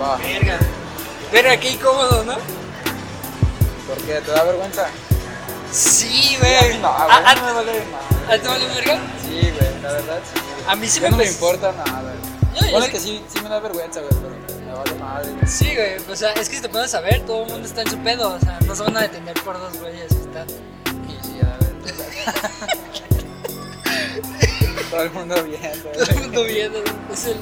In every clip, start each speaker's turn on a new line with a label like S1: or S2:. S1: Va,
S2: Verga. Verga, qué incómodo, ¿no?
S1: porque te da vergüenza.
S2: Sí, güey.
S1: No, güey,
S2: ¿A,
S1: no
S2: a,
S1: me vale nada.
S2: a ti te vale verga?
S1: Sí, güey, la verdad sí.
S2: A mí sí
S1: Ya
S2: me
S1: no me
S2: empezó-
S1: importa nada.
S2: Yo- yo
S1: Bueno,
S2: sé-
S1: es que sí, sí me da vergüenza, güey, pero me vale madre.
S2: Sí, güey. O sea, es que si te pones a ver, todo el mundo está en su pedo. O sea, no se van a detener por dos güeyes. Está...
S1: Y sí, a ver. Todo el mundo bien,
S2: Todo el mundo viendo. Es, el,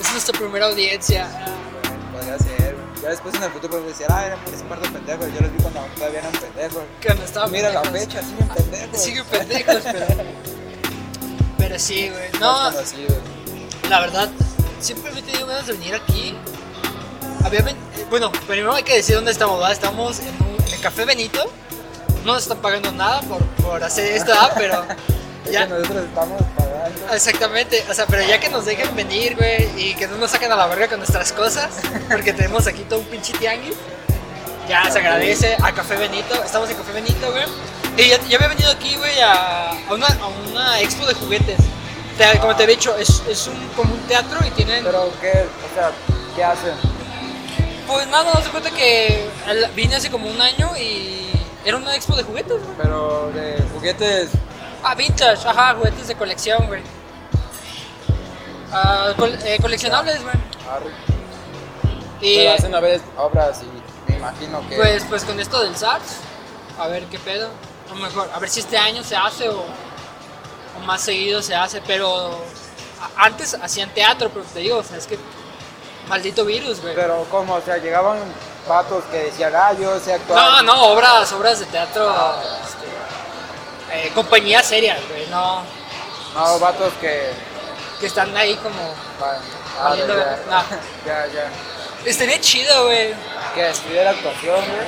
S2: es nuestra primera audiencia. ah,
S1: Podría ser, güey. Ya después en el futuro puedes decir, ah, eran ese par de pendejos. Yo los vi cuando todavía eran pendejos.
S2: Que no estaba
S1: Mira la
S2: pendejos.
S1: fecha, siguen pendejos.
S2: Sigue pendejos, pero. Pero sí, güey. No,
S1: Más conocidos.
S2: la verdad, siempre me he tenido ganas de venir aquí. Había ven- eh, Bueno, primero hay que decir dónde estamos, ¿verdad? Estamos en, un- en el Café Benito. No nos están pagando nada por, por hacer esto, ¿verdad? Pero.
S1: Es
S2: Ya,
S1: que nosotros estamos pagando.
S2: Exactamente, o sea, pero ya que nos dejen venir, güey, y que no nos saquen a la verga con nuestras cosas, porque tenemos aquí todo un pinche tianguis, ya se agradece a Café Benito, estamos en Café Benito, güey. Y ya, ya había venido aquí, güey, a, a una, a una expo de juguetes. Te- como te he dicho, es, es un, como un teatro y tienen...
S1: Pero, ¿qué? O sea, ¿qué hacen?
S2: Pues nada, se cuenta que al- vine hace como un año y era una expo de juguetes, güey.
S1: Pero de juguetes.
S2: Ah, vintage, ajá, juguetes de colección, güey. Ah, col- eh, coleccionables, güey.
S1: arre.
S2: Y,
S1: Pero
S2: eh,
S1: hacen a veces obras y me imagino que.
S2: Pues, pues con esto del SARS, a ver qué pedo. A lo mejor, a ver si este año se hace o, o más seguido se hace, pero a- antes hacían teatro, pero te digo, o sea, es que maldito virus, güey.
S1: Pero como, o sea, llegaban patos que decían, ah, yo sé
S2: No,
S1: actuar.
S2: no, obras, obras de teatro,
S1: Ah,
S2: este, eh, compañías serias, güey, no,
S1: No, vatos que.
S2: que están ahí como...
S1: Vale, ah,
S2: Valiendo
S1: ya,
S2: verga.
S1: ya, ya.
S2: Estaría chido, güey.
S1: Que estudiar actuación, güey.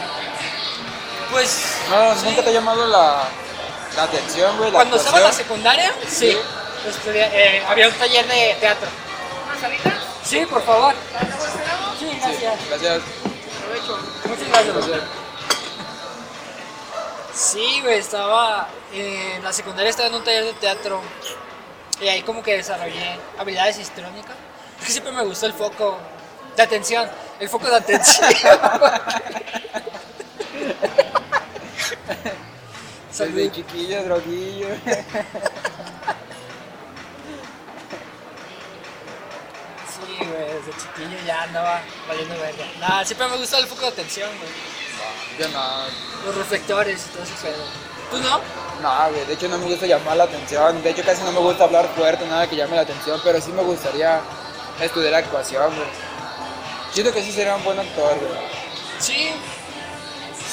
S2: Pues...
S1: No,
S2: sí.
S1: nunca te ha llamado la, la atención, güey. La
S2: Cuando estaba en la
S1: actuación?
S2: secundaria, sí.
S1: Sí.
S2: Estudia- eh, había un taller de teatro. Sí, por favor. Sí, gracias.
S1: Sí, gracias.
S2: Muchas gracias.
S1: Gracias.
S2: Sí, güey, estaba eh, en la secundaria, estaba en un taller de teatro y ahí como que desarrollé habilidades histrónicas. Es que siempre me gustó el foco de atención, el foco de atención.
S1: Desde chiquillo, droguillo.
S2: Sí, güey, desde chiquillo ya andaba valiendo verga. Nada, siempre me gustó el foco de atención, güey.
S1: Yo no.
S2: Los reflectores y todo ese pedo. ¿Tú no?
S1: No, güey, de hecho no me gusta llamar la atención, de hecho casi no me gusta hablar fuerte, nada que llame la atención, pero sí me gustaría estudiar actuación, güey. Siento que sí sería un buen actor, güey.
S2: Sí,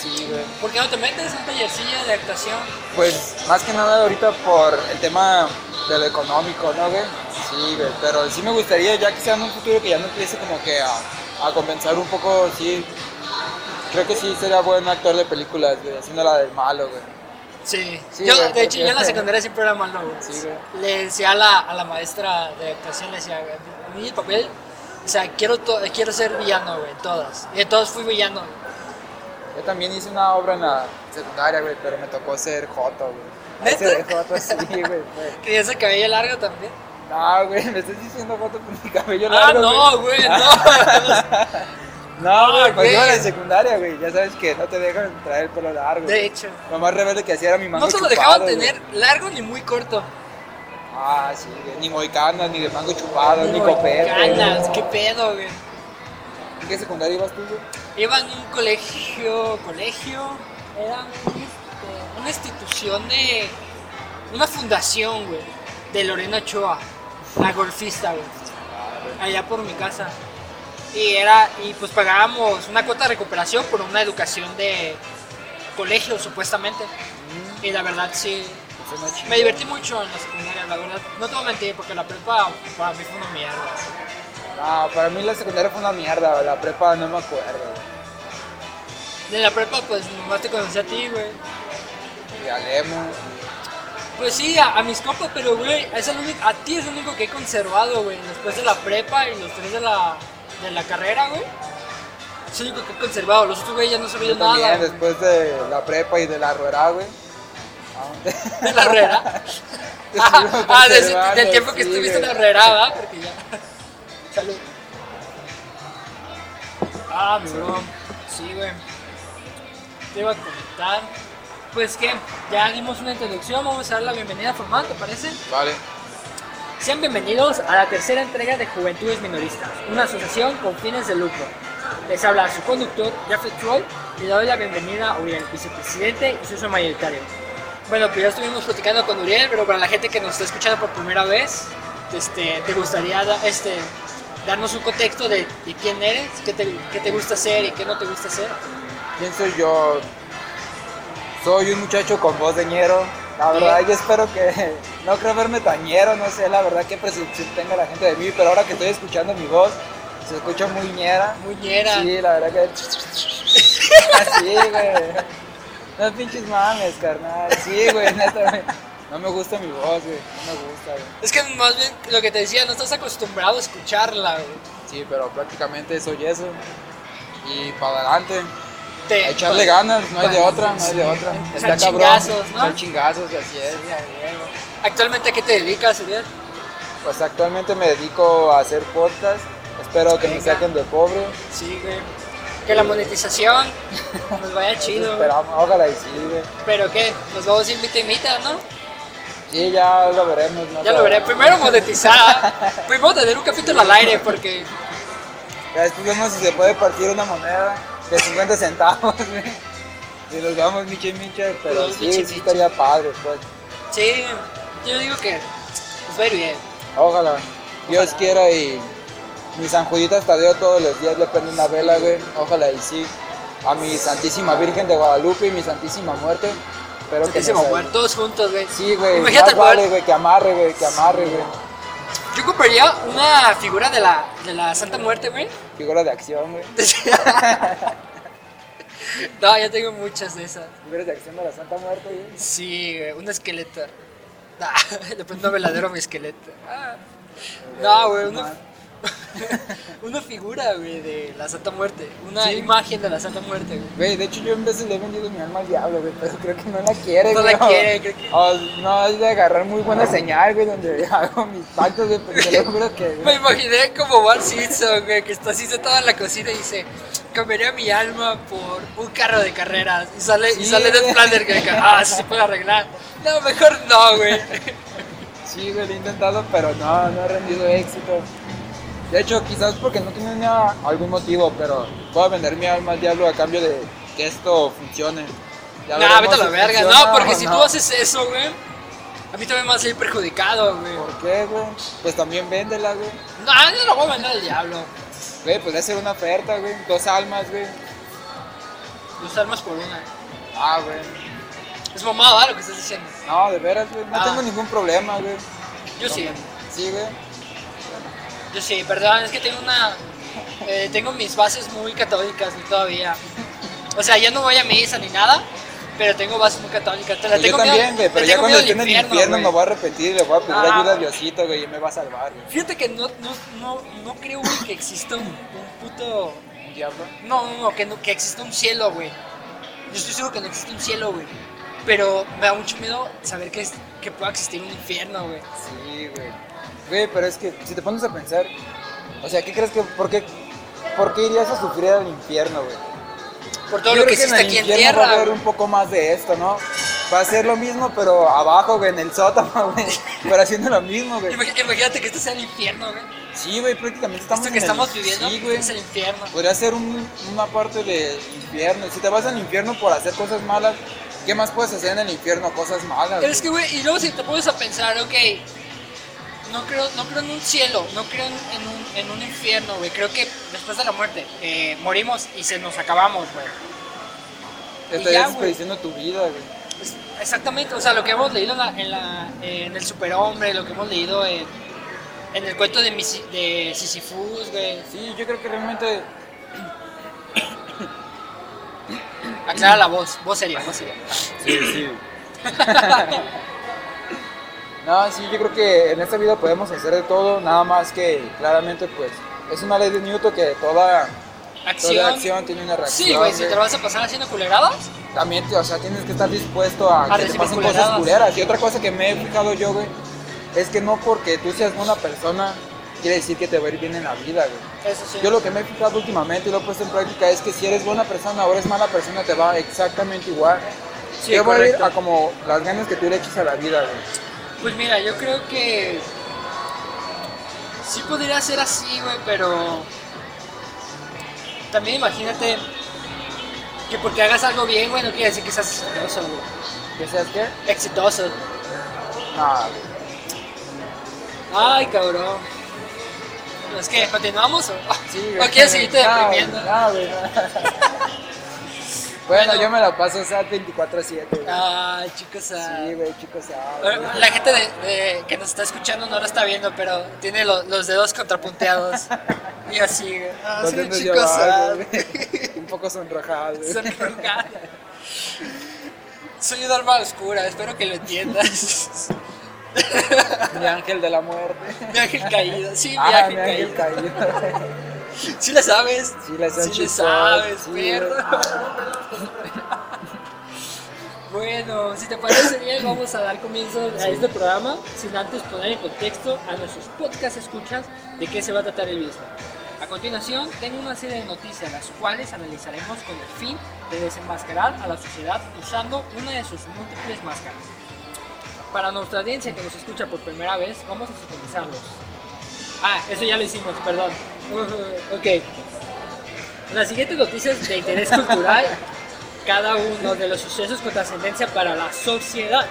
S1: Sí, güey.
S2: ¿por qué no te metes en un tallercillo de actuación?
S1: Pues más que nada ahorita por el tema de lo económico, ¿no, güey? Sí, güey, pero sí me gustaría ya que sea en un futuro que ya no empiece como que a, a compensar un poco, sí. Creo que sí sería buen actor de películas, güey, haciendo la del malo, güey.
S2: Sí,
S1: Sí,
S2: yo,
S1: güey,
S2: de hecho, yo en la
S1: porque-
S2: secundaria siempre era malo. güey.
S1: Sí, güey.
S2: Le decía a la, a la maestra de actuación, le decía, a mí el papel, o sea, quiero, to- quiero ser villano, güey, en todas. Y en todas fui villano.
S1: Yo también hice una obra en la secundaria, güey, pero me tocó ser joto, güey.
S2: ¿Neta?
S1: Ese de joto, sí, güey. güey.
S2: ¿Tenías ese cabello largo también?
S1: No, güey, me estás diciendo joto por mi cabello
S2: ah,
S1: largo,
S2: no, güey, no.
S1: No, güey,
S2: güey.
S1: pues yo era en secundaria, güey. Ya sabes que no te dejan traer el pelo largo.
S2: De
S1: güey.
S2: hecho.
S1: Lo más rebelde que hacía era mi mango
S2: No se
S1: chupado.
S2: lo dejaban
S1: güey.
S2: tener largo ni muy corto.
S1: Ah, sí, güey. Ni moicana, ni de mango chupado, ni copete.
S2: Canas, qué pedo, güey.
S1: ¿En qué secundaria ibas tú, güey?
S2: Iba en un colegio, colegio, era un, este, una institución de, una fundación, güey, de Lorena Ochoa, la golfista, güey, allá por mi casa. Y era, y pues pagábamos una cuota de recuperación por una educación de colegio, supuestamente. Y la verdad sí,
S1: Pues una chica.
S2: me divertí mucho en la secundaria, la verdad. No te voy a mentir, porque la prepa para mí fue una mierda.
S1: No, para mí la secundaria fue una mierda, güey. La prepa no me acuerdo, güey.
S2: De la prepa, pues nomás te conocí a ti, güey.
S1: y a Lemo.
S2: Pues sí, a, a mis compas, pero güey, es el único, a ti es el único que he conservado, güey. Después de la prepa y los tres de la, de la carrera, güey. Es el único que he conservado. Los otros, güey, ya no se
S1: Yo
S2: veían
S1: también,
S2: nada. güey.
S1: después de la prepa y de la rueda, güey.
S2: ¿De la Herrera? ah, ah, de ese- del tiempo que estuviste en la
S1: rueda.
S2: Herrera, ¿verdad? Porque ya. Salud. Ah, mi bro. Sí, güey. Te iba a comentar. Pues que ya dimos una introducción, vamos a dar la bienvenida formal, ¿te parece?
S1: Vale.
S2: Sean bienvenidos a la tercera entrega de Juventudes Minoristas, una asociación con fines de lucro. Les habla su conductor, Jafet Troy, y le doy la bienvenida a Uriel, vicepresidente y socio mayoritario. Bueno, pues ya estuvimos platicando con Uriel, pero para la gente que nos está escuchando por primera vez, este, ¿te gustaría da- este, darnos un contexto de, de quién eres, qué te, qué te gusta hacer y qué no te gusta hacer?
S1: ¿Quién soy yo? Soy un muchacho con voz de ñero. La verdad, yo espero que. No creo verme tan ñero, no sé la verdad qué percepción tenga la gente de mí, pero ahora que estoy escuchando mi voz, se escucha muy ñera.
S2: Muñera.
S1: Sí, la verdad que. Así, güey. No pinches mames, carnal. Sí, güey, neta, güey. No me gusta mi voz, güey. No me gusta, güey.
S2: Es que más bien lo que te decía, no estás acostumbrado a escucharla, güey.
S1: Sí, pero prácticamente soy eso. Y para adelante.
S2: Te-
S1: A echarle ganas, no hay de
S2: Bueno,
S1: otra, no hay de
S2: sí.
S1: otra.
S2: Son
S1: Está cabrón.
S2: chingazos, ¿no?
S1: Son chingazos, así es.
S2: ¿Actualmente a qué te dedicas, Uriel?
S1: Pues actualmente me dedico a hacer podcast. Espero que me
S2: Venga.
S1: saquen de pobre.
S2: Sí, güey. Que la monetización nos vaya chido. güey.
S1: Esperamos, ojalá y sí, güey.
S2: Pero qué, nos vamos a ir mitad y mitad, ¿no?
S1: Sí, ya lo veremos. ¿no?
S2: Ya
S1: Pero-
S2: lo veré. Primero monetizar. Primero tener un capítulo al aire porque
S1: Ya después vemos si se puede partir una moneda de 50 centavos, güey. Y los vamos miche miche, pero
S2: Los
S1: sí,
S2: miche,
S1: sí
S2: miche.
S1: estaría padre, pues.
S2: sí, yo digo que nos va a ir bien.
S1: Ojalá. Dios quiera y mi San Judita Tadeo todos los días le prende una vela, güey. Ojalá y sí. A mi Santísima Virgen de Guadalupe y mi Santísima Muerte. Espero que no
S2: Santísimo
S1: sea-
S2: muerto, todos juntos, güey.
S1: Sí, güey.
S2: Imagínate,
S1: más vale,
S2: poder-
S1: güey, que amarre, güey, que amarre, güey.
S2: Yo compraría una figura de la, de la Santa Muerte, güey.
S1: Figura de acción, güey.
S2: No, ya tengo muchas de esas.
S1: Figuras de acción de la Santa Muerte, güey.
S2: Sí, güey, un esqueleto. Ah, le prendo veladero a mi esqueleto. Ah. No, güey, una, una figura, güey, de la Santa Muerte. Una
S1: Sí.
S2: imagen de la Santa Muerte, güey.
S1: Güey, de hecho yo en veces le he vendido mi alma al diablo, güey, pero creo que no la quiere,
S2: No
S1: güey.
S2: la quiere, creo que-
S1: O no, es de agarrar muy buena señal, güey, donde hago mis pactos, güey, pero te lo juro que... güey,
S2: Me imaginé como Bart Simpson, güey, que está así sentado en la cocina y dice, comeré mi alma por un carro de carreras. Y sale, y
S1: Sí,
S2: sale Ned
S1: güey.
S2: Flanders, que ah, sí se puede arreglar. No, mejor no, güey.
S1: Sí, güey, lo he intentado, pero no, no he rendido éxito. De hecho, quizás porque no tenía nada- algún motivo, pero puedo vender mi alma al diablo a cambio de que esto funcione. Ya
S2: No,
S1: veremos
S2: vete a la
S1: si
S2: verga.
S1: funciona
S2: No, porque
S1: o
S2: si
S1: no.
S2: tú haces eso, güey, a mí también me va a salir perjudicado, güey.
S1: ¿Por qué, güey? Pues también véndela, güey.
S2: No, yo no lo voy a mandar al diablo.
S1: Güey, pues hacer una oferta, güey. Dos almas, güey.
S2: Los armas por una.
S1: Ah, güey.
S2: Es mamada lo que estás diciendo.
S1: No, de veras, güey. No
S2: Ah.
S1: tengo ningún problema, güey.
S2: Yo sí,
S1: Sí, güey.
S2: yo sí, perdón, es que tengo una. eh, tengo mis bases muy católicas güey, todavía. O sea, ya no voy a misa ni nada, pero tengo bases muy católicas. Te la
S1: Pues
S2: tengo
S1: yo también,
S2: miedo-
S1: güey. Pero
S2: le
S1: ya
S2: tengo
S1: cuando
S2: miedo
S1: esté en
S2: al
S1: el infierno me
S2: güey.
S1: voy a arrepentir y le voy a pedir
S2: Ah.
S1: ayuda a Diosito, güey. Y me va a salvar, güey.
S2: Fíjate que no, no, no, no creo, güey, que exista un, un puto.
S1: ¿Un diablo?
S2: No, no, no, que, no, que exista un cielo, güey. Yo estoy seguro que no existe un cielo, güey. Pero me da mucho miedo saber que, es- que pueda existir un infierno, güey.
S1: Sí, güey. Güey, pero es que si te pones a pensar, o sea, ¿qué crees que, por qué, por qué irías a sufrir al infierno, güey?
S2: Por todo
S1: Yo
S2: lo que
S1: creo en
S2: existe
S1: el
S2: aquí en
S1: infierno Va a
S2: tierra.
S1: haber un poco más de esto, ¿no? Va a ser lo mismo, pero abajo, güey, en el sótano, güey. Pero haciendo lo mismo, güey.
S2: Imag- Imagínate que este sea el infierno, güey.
S1: Sí, güey, prácticamente estamos
S2: Esto
S1: en
S2: que
S1: el-
S2: estamos viviendo
S1: Sí, güey.
S2: es el infierno.
S1: Podría ser un- una parte del infierno. Si te vas al infierno por hacer cosas malas, ¿qué más puedes hacer en el infierno? Cosas malas.
S2: Pero es que, güey, y luego si te pones a pensar, ok, no creo, no creo en un cielo, no creo en en un, en un infierno, güey. Creo que después de la muerte eh, morimos y se nos acabamos, güey.
S1: Te
S2: y
S1: estás
S2: ya, güey.
S1: desperdiciando tu vida, güey.
S2: Es- Exactamente, o sea, lo que hemos leído en, la- en la- en El Superhombre, lo que hemos leído en, en el cuento de, Misi- de Sisyphus, güey.
S1: Sí, yo creo que realmente
S2: Aclara la voz, voz seria, voz seria.
S1: Sí, sí. No, sí, yo creo que en esta vida podemos hacer de todo, nada más que claramente pues es una ley de Newton que toda, toda acción tiene una reacción.
S2: Sí, güey, si
S1: güey.
S2: te lo vas a pasar haciendo culeradas,
S1: También, o sea, tienes que estar dispuesto a, que te
S2: recibir
S1: pasen
S2: culeadas.
S1: cosas culeras. Y otra cosa que me he fijado yo, güey, es que no porque tú seas buena persona quiere decir que te va a ir bien en la vida, güey.
S2: eso sí.
S1: Yo lo que me he fijado últimamente y lo he puesto en práctica es que si eres buena persona o eres mala persona te va exactamente igual.
S2: Sí,
S1: te va a ir
S2: correcto.
S1: a como las ganas que tú le eches a la vida, güey.
S2: Pues mira, yo creo que sí podría ser así, güey, pero también imagínate que porque hagas algo bien, güey, no quiere decir que seas exitoso, güey.
S1: ¿Que seas qué?
S2: Exitoso.
S1: Nada, güey.
S2: Ay, cabrón. No, Es que continuamos o,
S1: Sí,
S2: ¿O quieres seguirte
S1: No,
S2: deprimiendo.
S1: no, güey, no. bueno,
S2: Bueno.
S1: yo me la paso SAT 24-7. güey.
S2: Ay, chicos, ah,
S1: Sí, güey, chicos. ah,
S2: ahora-
S1: güey.
S2: Eh, la gente de- de- que nos está escuchando no lo está viendo, pero tiene lo- los dedos contrapunteados. Y así, güey. Ah,
S1: Los
S2: sí,
S1: dedos
S2: chicos, ah.
S1: llevados, güey. Un poco sonrojado. güey.
S2: Son arrugadas. Soy un alma oscura, espero que lo entiendas.
S1: Mi ángel de la muerte.
S2: Mi ángel caído, sí, mi
S1: Ah,
S2: ángel
S1: mi ángel
S2: caído.
S1: caído.
S2: Sí la sabes.
S1: Sí, la sé,
S2: Sí le
S1: chicos,
S2: sabes,
S1: sí, Ah,
S2: perro. Bueno, si te parece bien, vamos a dar comienzo a este programa sin antes poner en contexto a nuestros podcast escuchas de qué se va a tratar el mismo. A continuación, tengo una serie de noticias las cuales analizaremos con el fin de desenmascarar a la sociedad usando una de sus múltiples máscaras. Para nuestra audiencia que nos escucha por primera vez, vamos a sintonizarlos. Ah, eso ya lo hicimos, perdón. ok. Las siguientes noticias de interés cultural, cada uno de los sucesos con trascendencia para la sociedad.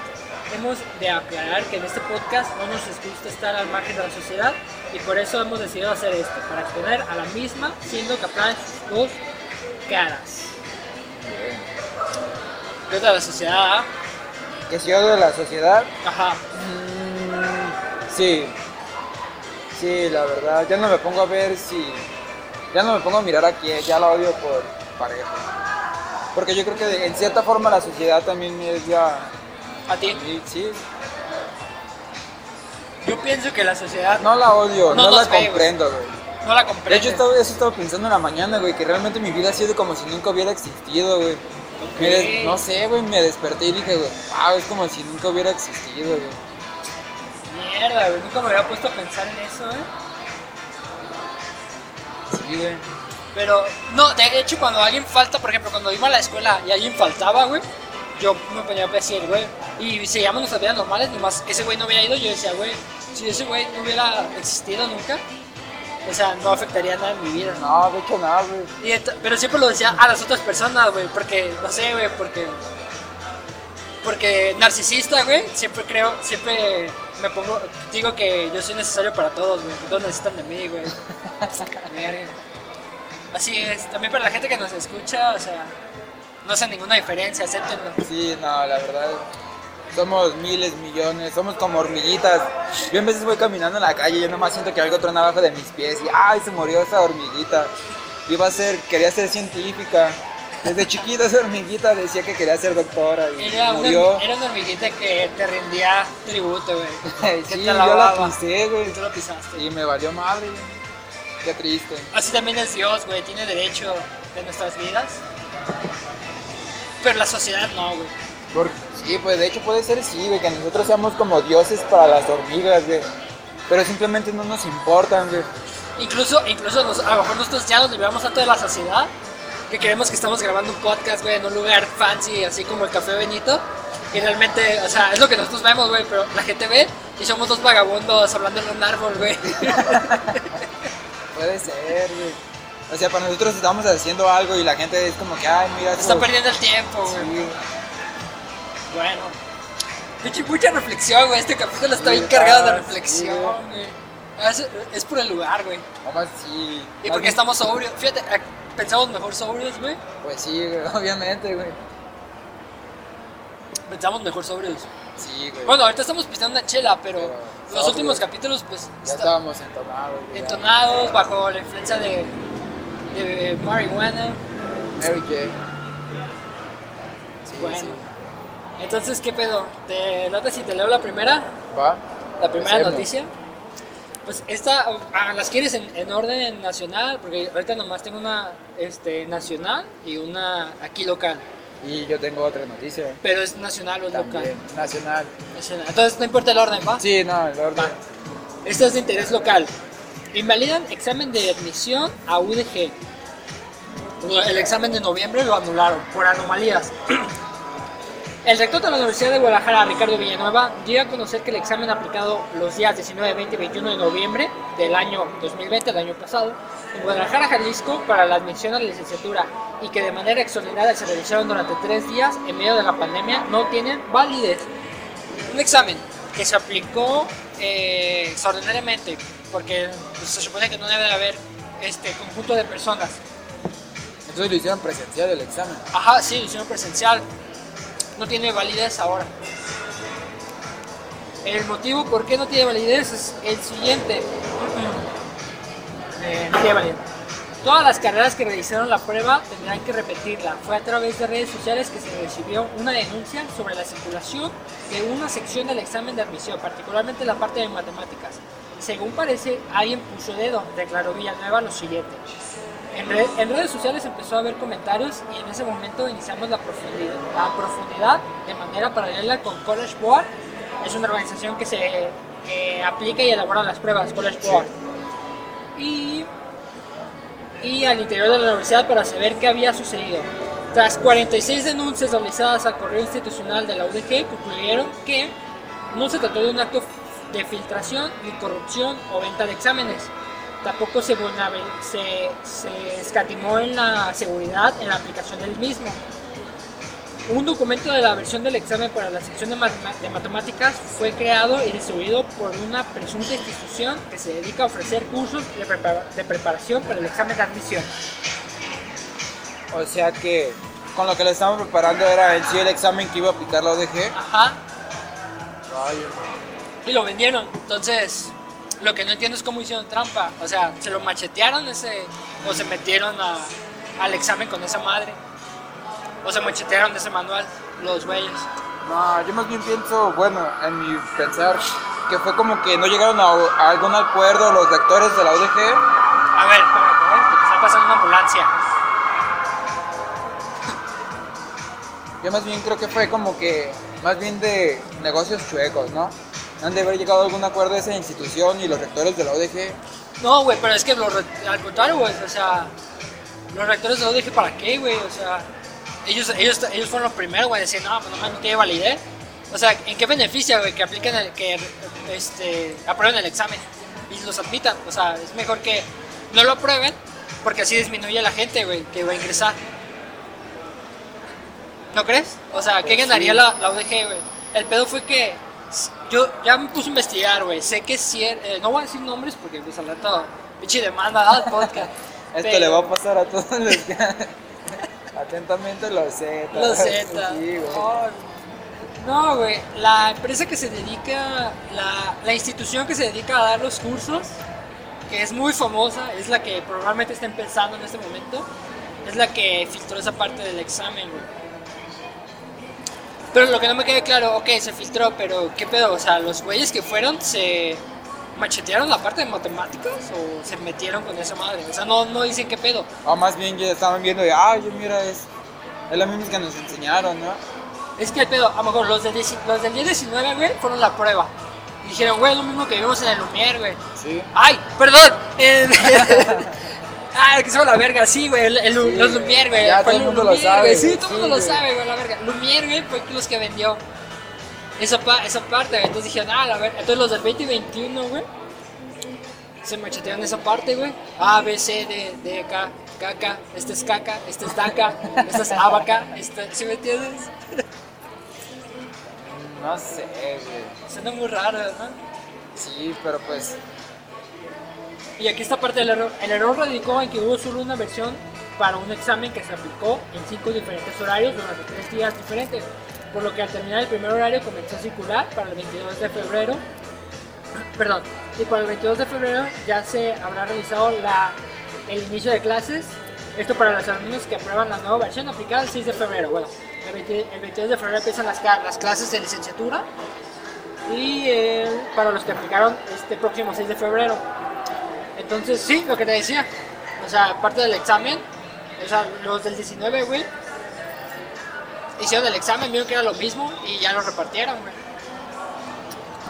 S2: Hemos de aclarar que en este podcast no nos gusta estar al margen de la sociedad y por eso hemos decidido hacer esto, para exponer a la misma, siendo capaz de sus dos caras. ¿Qué otra de la sociedad? ah?
S1: ¿Que si odio la sociedad?
S2: Ajá.
S1: Mm, Sí. Sí, la verdad. Ya no me pongo a ver si. Ya no me pongo a mirar a quién. Ya la odio por pareja. Porque yo creo que de- en cierta forma la sociedad también es ya.
S2: ¿A ti?
S1: Sí, sí.
S2: Yo pienso que la sociedad no,
S1: No la odio, no,
S2: No nos
S1: la
S2: ve, güey.
S1: comprendo, güey.
S2: la
S1: De
S2: comprende.
S1: hecho, estaba, eso estaba pensando en la mañana, güey, que realmente mi vida ha sido como si nunca hubiera existido, güey. Me des- No sé, güey, me desperté y dije, güey, wow, es como si nunca hubiera existido, güey.
S2: Mierda, güey, nunca me había puesto a pensar en eso, ¿eh?
S1: Sí, güey.
S2: Pero, no, de hecho, cuando alguien falta, por ejemplo, cuando iba a la escuela y alguien faltaba, güey, yo me ponía a decir, güey, y seguíamos nuestras vidas normales, nomás ese güey no hubiera ido, yo decía, güey, si ese güey no hubiera existido nunca, o sea, no afectaría nada en mi vida, ¿no?
S1: No, de hecho, nada, güey.
S2: Y ent- pero siempre lo decía a las otras personas, güey, porque, no sé, güey, porque. Porque narcisista, güey, siempre creo, siempre me pongo, digo que yo soy necesario para todos, güey, todos necesitan de mí, güey. Verga. Así es, también para la gente que nos escucha, o sea, no hacen ninguna diferencia, acéptenlo.
S1: Sí, no, la verdad. Somos miles, millones, somos como hormiguitas. Yo en veces voy caminando en la calle y yo nomás siento que algo trona abajo de mis pies y ¡ay! Se murió esa hormiguita. Iba a ser, quería ser científica. Desde chiquita esa hormiguita decía que quería ser doctora y
S2: Era una,
S1: murió.
S2: era una hormiguita que te rendía tributo, güey. que
S1: sí,
S2: te
S1: yo la
S2: alababa,
S1: pisé, güey.
S2: y tú lo pisaste.
S1: Y me valió madre. güey. Qué triste.
S2: Así también es Dios, güey, tiene derecho de nuestras vidas. Pero la sociedad no, güey.
S1: Por- sí, pues de hecho puede ser sí, güey, que nosotros seamos como dioses para las hormigas, güey. Pero simplemente no nos importan, güey.
S2: Incluso, incluso nos- a lo mejor nosotros ya nos liberamos tanto de la sociedad que creemos que estamos grabando un podcast, güey, en un lugar fancy, así como el Café Benito. Y realmente, o sea, es lo que nosotros vemos, güey, pero la gente ve y somos dos vagabundos hablando en un árbol, güey.
S1: Puede ser, güey. O sea, para nosotros estamos haciendo algo y la gente es como que, ay, mira,
S2: Está
S1: como-
S2: perdiendo el tiempo,
S1: Sí,
S2: güey.
S1: güey.
S2: Bueno. Mucha, mucha reflexión, güey. Este capítulo está
S1: Sí,
S2: bien cargado de
S1: ah, sí,
S2: reflexión,
S1: güey.
S2: güey. Ah, Es, es por el lugar, güey.
S1: Nomás sí.
S2: Y
S1: Más
S2: porque
S1: bien-
S2: estamos sobrios. Fíjate, ah, pensamos mejor sobrios, güey.
S1: Pues sí, güey, obviamente, güey.
S2: Pensamos mejor sobrios.
S1: Sí, güey.
S2: Bueno, ahorita estamos pisando una chela, pero
S1: Pero
S2: los
S1: sobrios.
S2: últimos capítulos, pues,
S1: ya
S2: está-
S1: estábamos entonados, güey.
S2: entonados, bajo la influencia de, de marihuana.
S1: Mary J. Sí,
S2: bueno.
S1: sí.
S2: Entonces, ¿qué pedo? ¿Te late si te leo la primera?
S1: ¿Va?
S2: La primera
S1: Empecemos.
S2: noticia. Pues esta, ah, las quieres en, en orden nacional, porque ahorita nomás tengo una este, nacional y una aquí local.
S1: Y yo tengo otra noticia.
S2: Pero es nacional o es
S1: También,
S2: local.
S1: nacional.
S2: Nacional. Entonces no importa el orden, ¿va?
S1: Sí, no, el orden.
S2: Va. Esta es de interés local. Invalidan examen de admisión a UDG. Lo- El examen de noviembre lo anularon por anomalías. El rector de la Universidad de Guadalajara, Ricardo Villanueva, dio a conocer que el examen aplicado los días 19, 20 y 21 de noviembre del año 2020, el año pasado, en Guadalajara, Jalisco, para la admisión a la licenciatura y que de manera extraordinaria se realizaron durante tres días en medio de la pandemia, no tienen validez un examen que se aplicó eh, extraordinariamente, porque pues, se supone que no debe de haber este conjunto de personas.
S1: Entonces lo hicieron presencial el examen.
S2: Ajá, sí, lo hicieron presencial. No tiene validez ahora. El motivo por qué no tiene validez es el siguiente. Eh, no tiene validez. Todas las carreras que realizaron la prueba tendrán que repetirla. Fue a través de redes sociales que se recibió una denuncia sobre la circulación de una sección del examen de admisión, particularmente la parte de matemáticas. Según parece, alguien puso dedo, declaró Villanueva lo siguiente. En, red- en redes sociales empezó a haber comentarios y en ese momento iniciamos la profundidad, la profundidad de manera paralela con College Board. Es una organización que se que aplica y elabora las pruebas, College Board. Y y al interior de la universidad para saber qué había sucedido. Tras 46 denuncias realizadas al correo institucional de la UDG, concluyeron que no se trató de un acto de filtración, ni corrupción o venta de exámenes. Tampoco se, vulnerabil- se, se escatimó en la seguridad en la aplicación del mismo. Un documento de la versión del examen para la sección de, matema- de matemáticas fue creado y distribuido por una presunta institución que se dedica a ofrecer cursos de, prepara- de preparación para el examen de admisión.
S1: O sea que con lo que le estaban preparando era en sí el examen que iba a aplicar la ODG.
S2: Ajá. Y lo vendieron. Entonces, lo que no entiendo es cómo hicieron trampa. O sea, se lo machetearon ese o se metieron a- al examen con esa madre. O se machetearon de ese manual los güeyes.
S1: No, yo más bien pienso, bueno, en mi pensar, que fue como que no llegaron a, a algún acuerdo los lectores de la ODG.
S2: A ver, espérame, espérame, porque está pasando una ambulancia.
S1: Yo más bien creo que fue como que, más bien de negocios chuecos, ¿no? Han de haber llegado a algún acuerdo esa institución y los rectores de la ODG.
S2: No, güey, pero es que los re- al contrario, güey, o sea, los rectores no dije para qué, güey, o sea, ellos, ellos, ellos fueron los primeros, güey, a decir, no, pues nomás no tiene validez. O sea, ¿en qué beneficia, güey, que apliquen, el, que este, aprueben el examen y los admitan? O sea, es mejor que no lo aprueben porque así disminuye la gente, güey, que va a ingresar. ¿No crees? O sea, ¿qué
S1: Pues sí.
S2: ganaría la, la UDG, güey? El pedo fue que s- yo ya me puse a investigar, güey. Sé que sí, er- eh, no voy a decir nombres porque pues al rato, pinche demanda al podcast.
S1: Esto
S2: Pero-
S1: le va a pasar a todos los que... Atentamente los Z.
S2: Los Z.
S1: Sí, güey.
S2: Ay, No, güey, la empresa que se dedica, la, la institución que se dedica a dar los cursos, que es muy famosa, es la que probablemente estén pensando en este momento, es la que filtró esa parte del examen, güey. Pero lo que no me queda claro, ok, se filtró, pero ¿qué pedo? O sea, los güeyes que fueron se machetearon la parte de matemáticas o se metieron con esa madre. O sea, no, no dicen qué pedo.
S1: O Ah, más bien ya estaban viendo de, ah, yo mira, es, es la misma que nos enseñaron, ¿no?
S2: Es que el pedo, a lo mejor los del, 10 los del 10-19, güey, fueron la prueba. Y dijeron, güey, es lo mismo que vimos en el Lumière, güey.
S1: Sí.
S2: ¡Ay, perdón! El- ¡Ah, que se va la verga! Sí, güey, el, el-
S1: Sí,
S2: los
S1: güey.
S2: Lumière, güey.
S1: Ya
S2: Fue
S1: todo el mundo lo
S2: Lumière,
S1: sabe,
S2: güey. Sí,
S1: güey.
S2: todo el
S1: Sí,
S2: mundo lo
S1: güey.
S2: sabe, güey, la verga. Lumière, güey, fue los que vendió esa, pa- esa parte, güey. Entonces dijeron, ah, la verga. Entonces los del 20 y 21, güey, se machetearon esa parte, güey. A, B, C, D, D, K, caca, este es caca, este es daca, este es abaca, este, ¿sí me entiendes?
S1: No sé, güey.
S2: Suena muy raro, ¿no?
S1: Sí, pero pues,
S2: Y aquí está parte del error. El error radicó en que hubo solo una versión para un examen que se aplicó en cinco diferentes horarios durante tres días diferentes, por lo que al terminar el primer horario comenzó a circular para el 22 de febrero. Perdón, y para el 22 de febrero ya se habrá realizado la, el inicio de clases. Esto para los alumnos que aprueban la nueva versión aplicada el 6 de febrero. Bueno, El 20 el 22 de febrero empiezan las, ca- las clases de licenciatura y el- para los que aplicaron este próximo 6 de febrero. Entonces, sí, lo que te decía, o sea, aparte del examen, o sea, los del 19, güey, hicieron el examen, vieron que era lo mismo y ya lo repartieron, güey.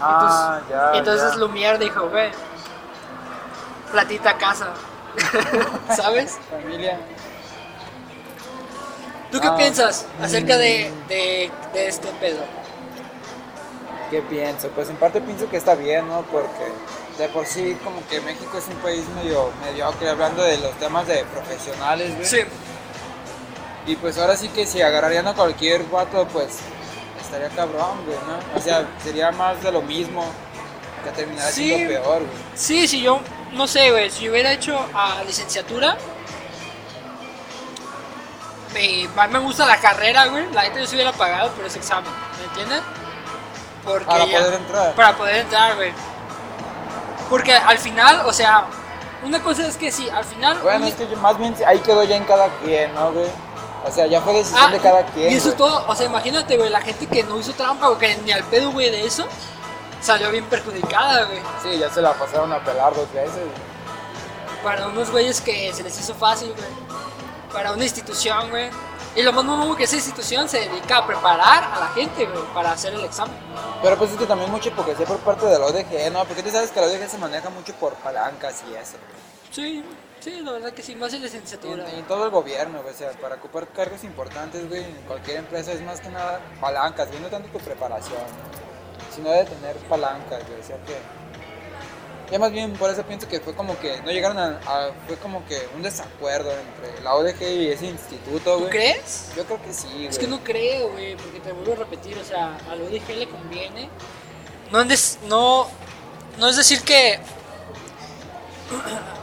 S1: Ah,
S2: entonces,
S1: ya.
S2: entonces
S1: ya.
S2: Lumière dijo, güey, platita a casa, ¿sabes?
S1: Familia.
S2: ¿Tú qué
S1: Ah. Mm.
S2: piensas acerca de, de- de este pedo?
S1: ¿Qué pienso? Pues en parte pienso que está bien, ¿no? Porque de por sí como que México es un país medio mediocre hablando de los temas de profesionales, güey.
S2: Sí,
S1: Y pues ahora sí que si agarrarían a cualquier vato, pues estaría cabrón, güey, ¿no? O sea, sería más de lo mismo que terminaría
S2: Sí.
S1: siendo peor, güey.
S2: sí, si yo, no sé, güey, si yo hubiera hecho a licenciatura, me, más me gusta la carrera, güey, la gente yo se hubiera pagado por ese examen, ¿me entiendes? Porque
S1: Para
S2: ya-
S1: poder entrar.
S2: Para poder entrar, güey. Porque al final, o sea, una cosa es que sí, al final...
S1: Bueno,
S2: un-
S1: es que yo- más bien ahí quedó ya en cada quien, ¿no, güey? O sea, ya fue decisión
S2: Ah,
S1: de cada quien.
S2: Y eso
S1: güey.
S2: todo, o sea, imagínate, güey, la gente que no hizo trampa, güey, que ni al pedo, güey, de eso, salió bien perjudicada, güey.
S1: Sí, ya se la pasaron a pelar dos veces. güey.
S2: Para unos güeyes que se les hizo fácil, güey. Para una institución, güey. Y lo más nuevo que esa institución se dedica a preparar a la gente, güey, para hacer el examen.
S1: Pero pues es que también mucha hipocresía por parte de la ODG, ¿no? Porque tú sabes que la ODG se maneja mucho por palancas y eso.
S2: Sí, sí, la verdad que sí, más
S1: Y
S2: en
S1: en,
S2: licenciatura.
S1: en todo el gobierno, güey, o sea, para ocupar cargos importantes, güey, en cualquier empresa es más que nada palancas, güey, no tanto tu preparación, güey, sino de tener palancas, güey, o sea que... Ya más bien por eso pienso que fue como que, no llegaron a, a- fue como que un desacuerdo entre la ODG y ese instituto,
S2: ¿Tú
S1: güey.
S2: crees?
S1: Yo creo que sí, güey.
S2: Es que no creo, güey, porque te vuelvo a repetir, o sea, a lo dije le conviene. No, en des- no, no es decir que,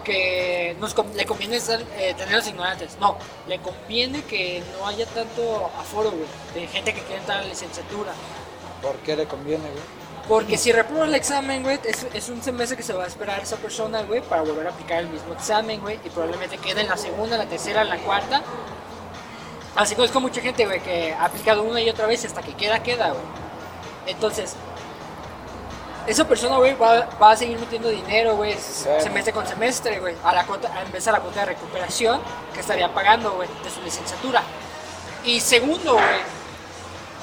S2: que nos, con- le conviene estar, eh, tener los ignorantes, no, le conviene que no haya tanto aforo, güey, de gente que quiere entrar a la licenciatura.
S1: ¿Por qué le conviene, güey?
S2: Porque si reprueba el examen, güey, es, es un semestre que se va a esperar esa persona, güey, para volver a aplicar el mismo examen, güey, y probablemente quede en la segunda, la tercera, la cuarta. Así conozco mucha gente, güey, que ha aplicado una y otra vez y hasta que queda, queda, güey. Entonces, esa persona, güey, va, va a seguir metiendo dinero, güey, s-
S1: Claro.
S2: semestre con semestre, güey, a la cuota, a empezar la cuota de recuperación que estaría pagando, güey, de su licenciatura. Y segundo, güey,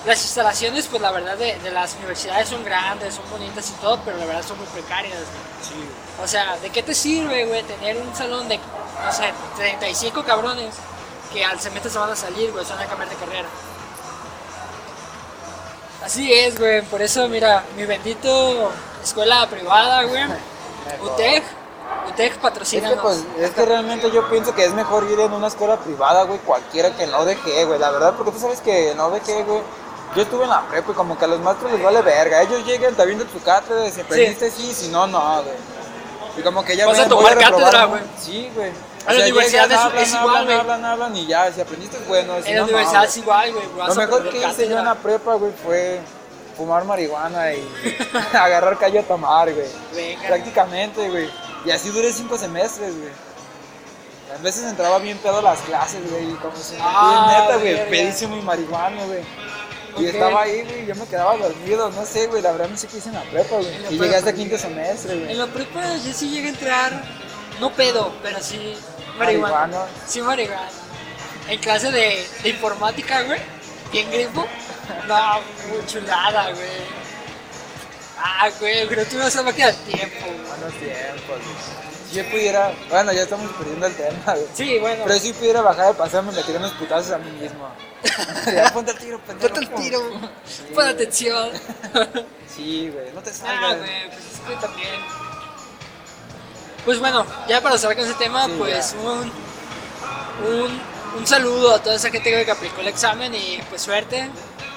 S2: las instalaciones, pues la verdad, de, de las universidades son grandes, son bonitas y todo, pero la verdad son muy precarias. güey.
S1: Sí,
S2: O sea, ¿de qué te sirve, güey, tener un salón de, no sé, 35 cabrones que al semestre se van a salir, güey, se van a cambiar de carrera? Así es, güey, por eso, mira, mi bendito escuela privada, güey, UTEC, UTEC
S1: Es
S2: patrocina.
S1: que, pues, es que realmente yo pienso que es mejor ir en una escuela privada, güey, cualquiera que en la ODG, güey, la verdad, porque tú sabes que en la ODG, güey, yo estuve en la prepa y como que a los maestros les vale verga, ellos llegan, te avientan su cátedra, si aprendiste sí, si no, no, güey. Y como que ya
S2: Vas a
S1: ven, voy
S2: tomar
S1: reprobar,
S2: cátedra,
S1: ¿no?
S2: güey.
S1: Sí, güey.
S2: A la universidad es-
S1: hablan,
S2: es igual,
S1: hablan,
S2: güey.
S1: hablan, hablan y ya, si aprendiste es bueno, si
S2: en
S1: no,
S2: la
S1: no,
S2: universidad
S1: güey.
S2: es igual, güey. vas
S1: Lo
S2: a
S1: mejor
S2: perder
S1: que hice yo en
S2: cátedra.
S1: la prepa, güey, fue fumar marihuana y agarrar calle a tomar, güey.
S2: Venga.
S1: Prácticamente, güey. Y así duré cinco semestres, güey. A veces entraba bien pedo a las clases, güey, y como si
S2: Ah,
S1: y neta, güey,
S2: verga.
S1: pedísimo y marihuana, güey. Y
S2: Ok.
S1: estaba ahí, güey, yo me quedaba dormido, no sé, güey, la verdad no sé qué hice en la prepa, güey.
S2: En la
S1: Y llegué hasta
S2: prepa,
S1: quinto semestre, güey.
S2: En la prepa yo sí llegué a entrar, no pedo, pero sí marihuana.
S1: Marihuana.
S2: Sí marihuana. En clase de, de informática, güey, bien grifo. No, güey, chulada, güey. Ah, güey, pero tú no sabes que al tiempo, güey.
S1: Buenos tiempos, güey. Si yo pudiera, bueno, ya estamos perdiendo el tema, güey.
S2: Sí, bueno.
S1: Pero si pudiera bajar de paseo, me metieron unos putazos a mí mismo. ya, ponte el tiro, pendejo.
S2: Ponte el tiro,
S1: Sí,
S2: pon
S1: güey.
S2: atención.
S1: Sí, güey, no te
S2: Ah,
S1: salgas.
S2: güey, pues es que también. Pues bueno, ya para cerrar con ese tema,
S1: Sí,
S2: pues
S1: ya.
S2: un, un, un saludo a toda esa gente güey, que aplicó el examen y pues suerte.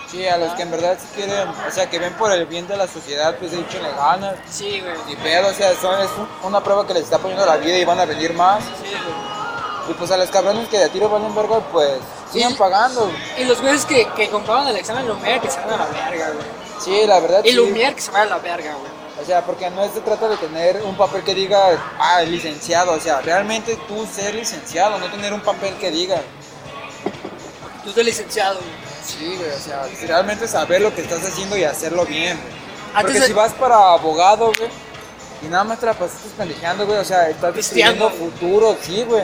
S1: Sí, a los que en verdad sí quieren, o sea, que ven por el bien de la sociedad, pues échenle ganas.
S2: Sí, güey.
S1: Ni pedo, o sea, son, es un- una prueba que les está poniendo la vida y van a venir más.
S2: Sí, güey.
S1: Y pues a los cabrones que de tiro valen verga, pues sigan
S2: Sí.
S1: pagando. güey.
S2: Y los güeyes que, que compraban el examen Lumière que se van a la verga, güey.
S1: Sí, la verdad.
S2: Y
S1: sí.
S2: Lumière que se van a la verga, güey.
S1: O sea, porque no se trata de tener un papel que diga, ah, licenciado. O sea, realmente tú ser licenciado, no tener un papel que diga.
S2: Tú eres licenciado, güey.
S1: Sí, güey, o sea, realmente saber lo que estás haciendo y hacerlo bien, güey.
S2: Antes
S1: Porque
S2: de-
S1: si vas para abogado, güey, y nada más te la pasaste pendejeando, güey, o sea, estás
S2: Pisteando.
S1: destruyendo futuros, sí, güey.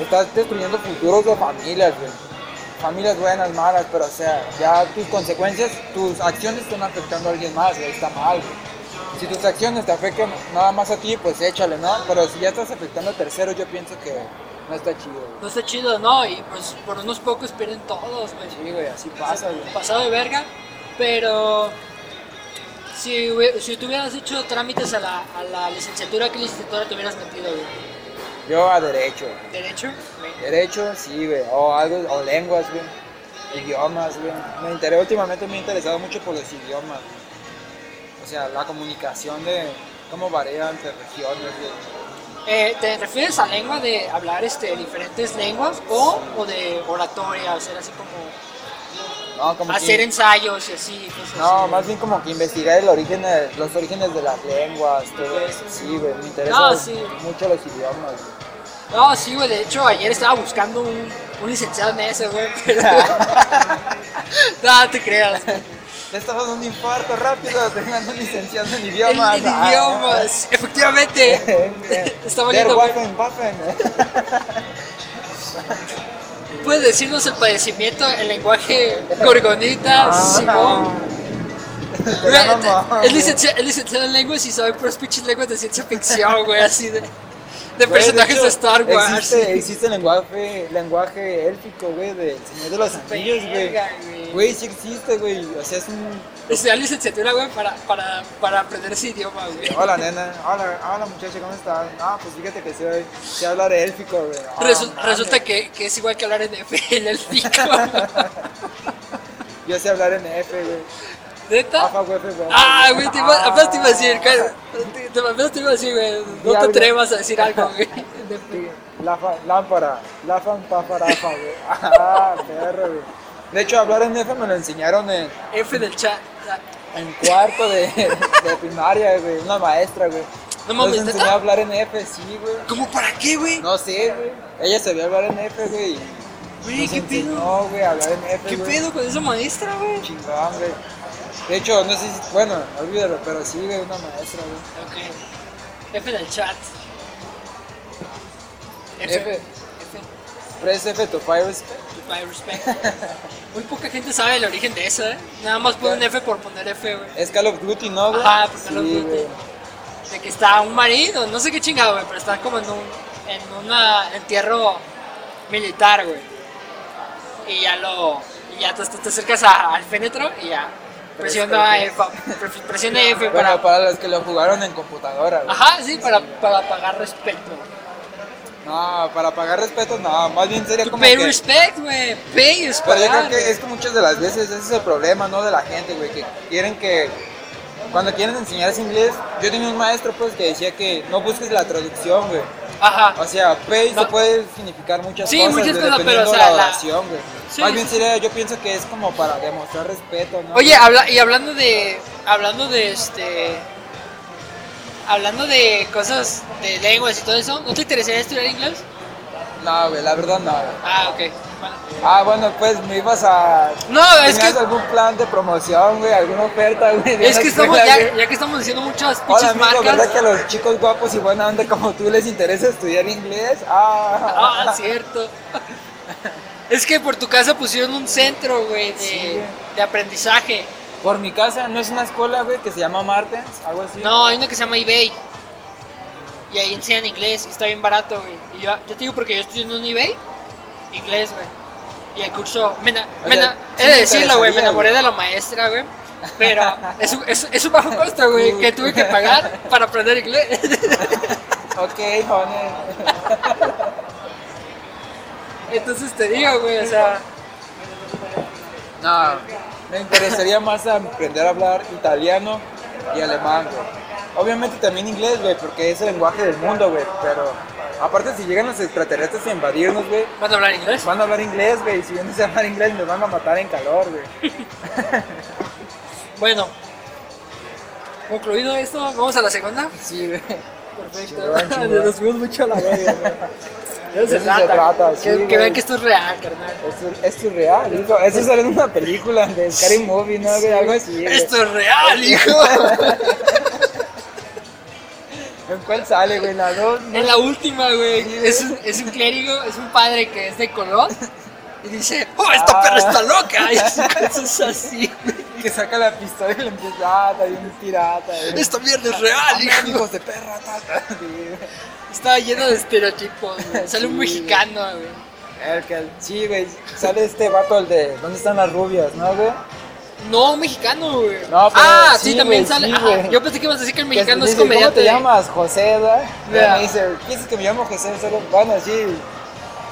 S1: Estás destruyendo futuros de familias, güey. Familias buenas, malas, pero o sea, ya tus consecuencias, tus acciones están afectando a alguien más, güey, está mal, güey. Si tus acciones te afectan nada más a ti, pues échale, ¿no? Pero si ya estás afectando a terceros, yo pienso que no está chido, güey.
S2: No está chido, no, y pues por unos pocos pierden todos, güey.
S1: Sí, güey, así pasa, güey.
S2: Pasado de verga, pero si, hubie- si tú hubieras hecho trámites a la, a la licenciatura, ¿qué licenciatura te hubieras metido, güey?
S1: Yo a derecho, güey.
S2: ¿Derecho?
S1: Derecho, sí, güey. O algo, o lenguas, güey. Idiomas, güey. Me enteré últimamente, me he interesado mucho por los idiomas. güey. O sea, la comunicación de cómo varía entre regiones, güey.
S2: Eh, ¿Te refieres a lengua de hablar este, diferentes lenguas o, o de oratoria, hacer así como
S1: No, como
S2: hacer
S1: que-
S2: ensayos y así? cosas
S1: No,
S2: así?
S1: más bien como que investigar el origen de- los orígenes de las lenguas, todo eso. Sí, güey, me interesan
S2: No, sí.
S1: mucho los idiomas, güey.
S2: No, sí, güey, de hecho ayer estaba buscando un, un licenciado en eso, güey, pero... no, no te creas.
S1: Te estaba dando un infarto rápido, tengan un licenciado en
S2: En
S1: idiomas. Ah.
S2: idiomas, efectivamente. Está valiendo
S1: Der
S2: ver-
S1: Waffen, Waffen.
S2: ¿Puedes decirnos el padecimiento, el lenguaje gorgonita, Simón?
S1: Ah, Te gano,
S2: Güey,
S1: mamá.
S2: Es licencia- es licenciado en lenguas y sabe puras pinches lenguas de ciencia ficción, güey, así de, de
S1: Güey,
S2: personajes de,
S1: hecho,
S2: Star Wars.
S1: Existe, existe lenguaje, lenguaje élfico, güey, del Señor de los Anillos,
S2: Verga,
S1: güey.
S2: güey.
S1: Güey, sí existe, güey. O sea, es un.
S2: Estudiar licenciatura, güey, para, para, para aprender ese idioma, güey.
S1: Hola, nena. Hola, hola, muchacha, ¿cómo estás? Ah, pues fíjate que soy. Sé hablar élfico, güey. Ah,
S2: Resu-
S1: mames.
S2: resulta que, que es igual que hablar en F, el elfico.
S1: Yo sé hablar en F, güey. Afa,
S2: ¿Neta?
S1: güey, F, güey.
S2: Ah, güey, te iba, apenas te iba a decir,
S1: Ah,
S2: cara, te- te- apenas te iba a decir, güey, no te
S1: Diablo.
S2: atrevas a decir algo, güey. en F.
S1: sí, la fa- lámpara. La fan, pafarafa, güey. Ah, perro, güey. De hecho, hablar en F me lo enseñaron en.
S2: F del chat.
S1: En cuarto de, de primaria, güey, una maestra, güey.
S2: No mames,
S1: Nos enseñó
S2: ¿neta?
S1: a hablar en F, sí, güey.
S2: ¿Cómo para qué, güey?
S1: No sé, güey. Ella sabía hablar en F, güey. y
S2: Güey,
S1: nos
S2: ¿qué pedo?
S1: enseñó, güey, a hablar en F,
S2: ¿Qué
S1: güey.
S2: pedo con esa maestra, güey?
S1: Chingón, güey. De hecho, no sé si, bueno, olvídalo, pero sí, güey, una maestra, güey.
S2: Ok. F del chat. F.
S1: F.
S2: F.
S1: Press F to fire respect.
S2: My respect. Muy poca gente sabe el origen de eso, ¿eh? Nada más ponen F por poner F, güey.
S1: Es Call of Duty, ¿no, güey?
S2: Ajá, pues Call of
S1: Sí,
S2: Duty.
S1: güey.
S2: De que está un marido, no sé qué chingado, güey, pero está como en un en una entierro militar, güey. Y ya lo. Y ya te, te- te acercas a- al fénetro y ya. Presiona F, pre- presiona F
S1: Bueno,
S2: para.
S1: para los que lo jugaron en computadora, güey.
S2: Ajá, sí, para, para pagar respeto.
S1: No, para pagar respeto, no, más bien sería
S2: To
S1: como
S2: pay
S1: que...
S2: respect, güey. Pay es
S1: Pero yo
S2: pagar.
S1: creo que es que muchas de las veces ese es el problema, ¿no? De la gente, güey, que quieren que... Cuando quieren enseñarse inglés, yo tenía un maestro, pues, que decía que no busques la traducción, güey. O
S2: Ajá.
S1: sea, pay
S2: No.
S1: se puede significar muchas
S2: Sí,
S1: cosas,
S2: muchas
S1: güey,
S2: cosas, pero, o
S1: dependiendo
S2: sea,
S1: la
S2: la-
S1: oración, güey.
S2: Sí,
S1: Más bien
S2: sí,
S1: sería, yo pienso que es como para demostrar respeto, ¿no?
S2: Oye, habla, y hablando de. Hablando de este. Hablando de cosas de lenguas y todo eso, ¿no te interesaría estudiar inglés?
S1: No, güey, la verdad no, güey.
S2: Ah, ok. Bueno.
S1: Ah, bueno, pues, me ibas a...
S2: No, es que,
S1: ¿Tenías algún plan de promoción, güey? ¿Alguna oferta, güey? de
S2: es
S1: una
S2: que estamos,
S1: escuela,
S2: ya,
S1: güey?
S2: ya que estamos diciendo muchas
S1: Hola
S2: pinches
S1: amigo, ¿verdad que a
S2: marcas.
S1: los chicos guapos y buena onda como tú les interesa estudiar inglés? Ah,
S2: Ah, cierto. Es que por tu casa pusieron un centro, güey, de,
S1: Sí, güey.
S2: de aprendizaje.
S1: Por mi casa, ¿no es una escuela, güey, que se llama Martens? Algo así.
S2: No, hay uno que se llama eBay. Y ahí enseñan inglés y está bien barato, güey. Y yo, yo te digo porque yo estoy en un eBay, inglés, güey. Y el curso, me, na-
S1: O
S2: me
S1: sea,
S2: na-
S1: sí
S2: he de
S1: me
S2: decirlo, güey, me
S1: interesaría,
S2: enamoré de la maestra, güey. Pero es un, es, es un bajo costo, güey, que tuve que pagar para aprender inglés.
S1: Ok, honey.
S2: Entonces te digo, güey, o sea,
S1: No, me interesaría más aprender a hablar italiano y alemán, güey. Obviamente también inglés, güey, porque es el lenguaje del mundo, güey. Pero aparte si llegan los extraterrestres a invadirnos, güey,
S2: ¿van a hablar inglés?
S1: van a hablar inglés, güey. y Si yo no sé hablar inglés, me van a matar en calor, güey.
S2: Bueno, concluido esto, vamos a la segunda.
S1: Sí, güey.
S2: Perfecto.
S1: Chingón, chingón.
S2: Nos fuimos mucho a la verga, güey. De eso se
S1: eso se
S2: trata.
S1: trata,
S2: que,
S1: sí,
S2: que
S1: güey.
S2: vean que esto es real, carnal.
S1: Esto, esto es real, hijo. Eso sale en una película de Scary Movie, ¿no? güey? Algo así. güey.
S2: Esto es real, hijo.
S1: ¿En cuál sale, güey? La dos, ¿no?
S2: En la última, güey, es un, es un clérigo, es un padre que es de color y dice, ¡Oh, esta
S1: Ah.
S2: perra está loca! Y así, cosas así, güey.
S1: Que saca la pistola y le empieza a dar un pirata. güey.
S2: Esta mierda es real,
S1: Andan,
S2: hijo.
S1: hijos de perra, ta, ta. Sí, güey.
S2: Estaba lleno de estereotipos, güey. Sale un
S1: Sí,
S2: mexicano, güey.
S1: Merkel. Sí, güey. Sale este vato, el de ¿Dónde están las rubias? ¿No, güey?
S2: No, un mexicano, güey.
S1: No, pero
S2: ah, sí,
S1: sí,
S2: también
S1: güey,
S2: sale.
S1: sí,
S2: ajá.
S1: güey.
S2: yo pensé que ibas a decir que el mexicano
S1: Que
S2: es
S1: dice, ¿Cómo
S2: comediante.
S1: te llamas? José, da? Y
S2: Ya.
S1: me dice, ¿piensas que me llamo José? Solo, bueno, sí.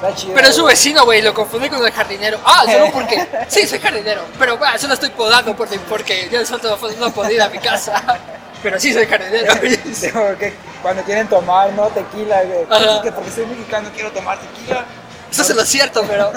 S1: Está chido.
S2: Pero es su
S1: güey.
S2: vecino, güey, lo confunde con el jardinero. Ah, solo porque. Sí, soy jardinero. Pero, güey, solo estoy podando porque, porque yo le suelto una podida a mi casa. Pero sí soy jardinero.
S1: Digo, que cuando quieren tomar, ¿no? Tequila, güey.
S2: Ajá.
S1: Piensas que porque soy mexicano quiero tomar tequila.
S2: Estás en lo cierto, pero.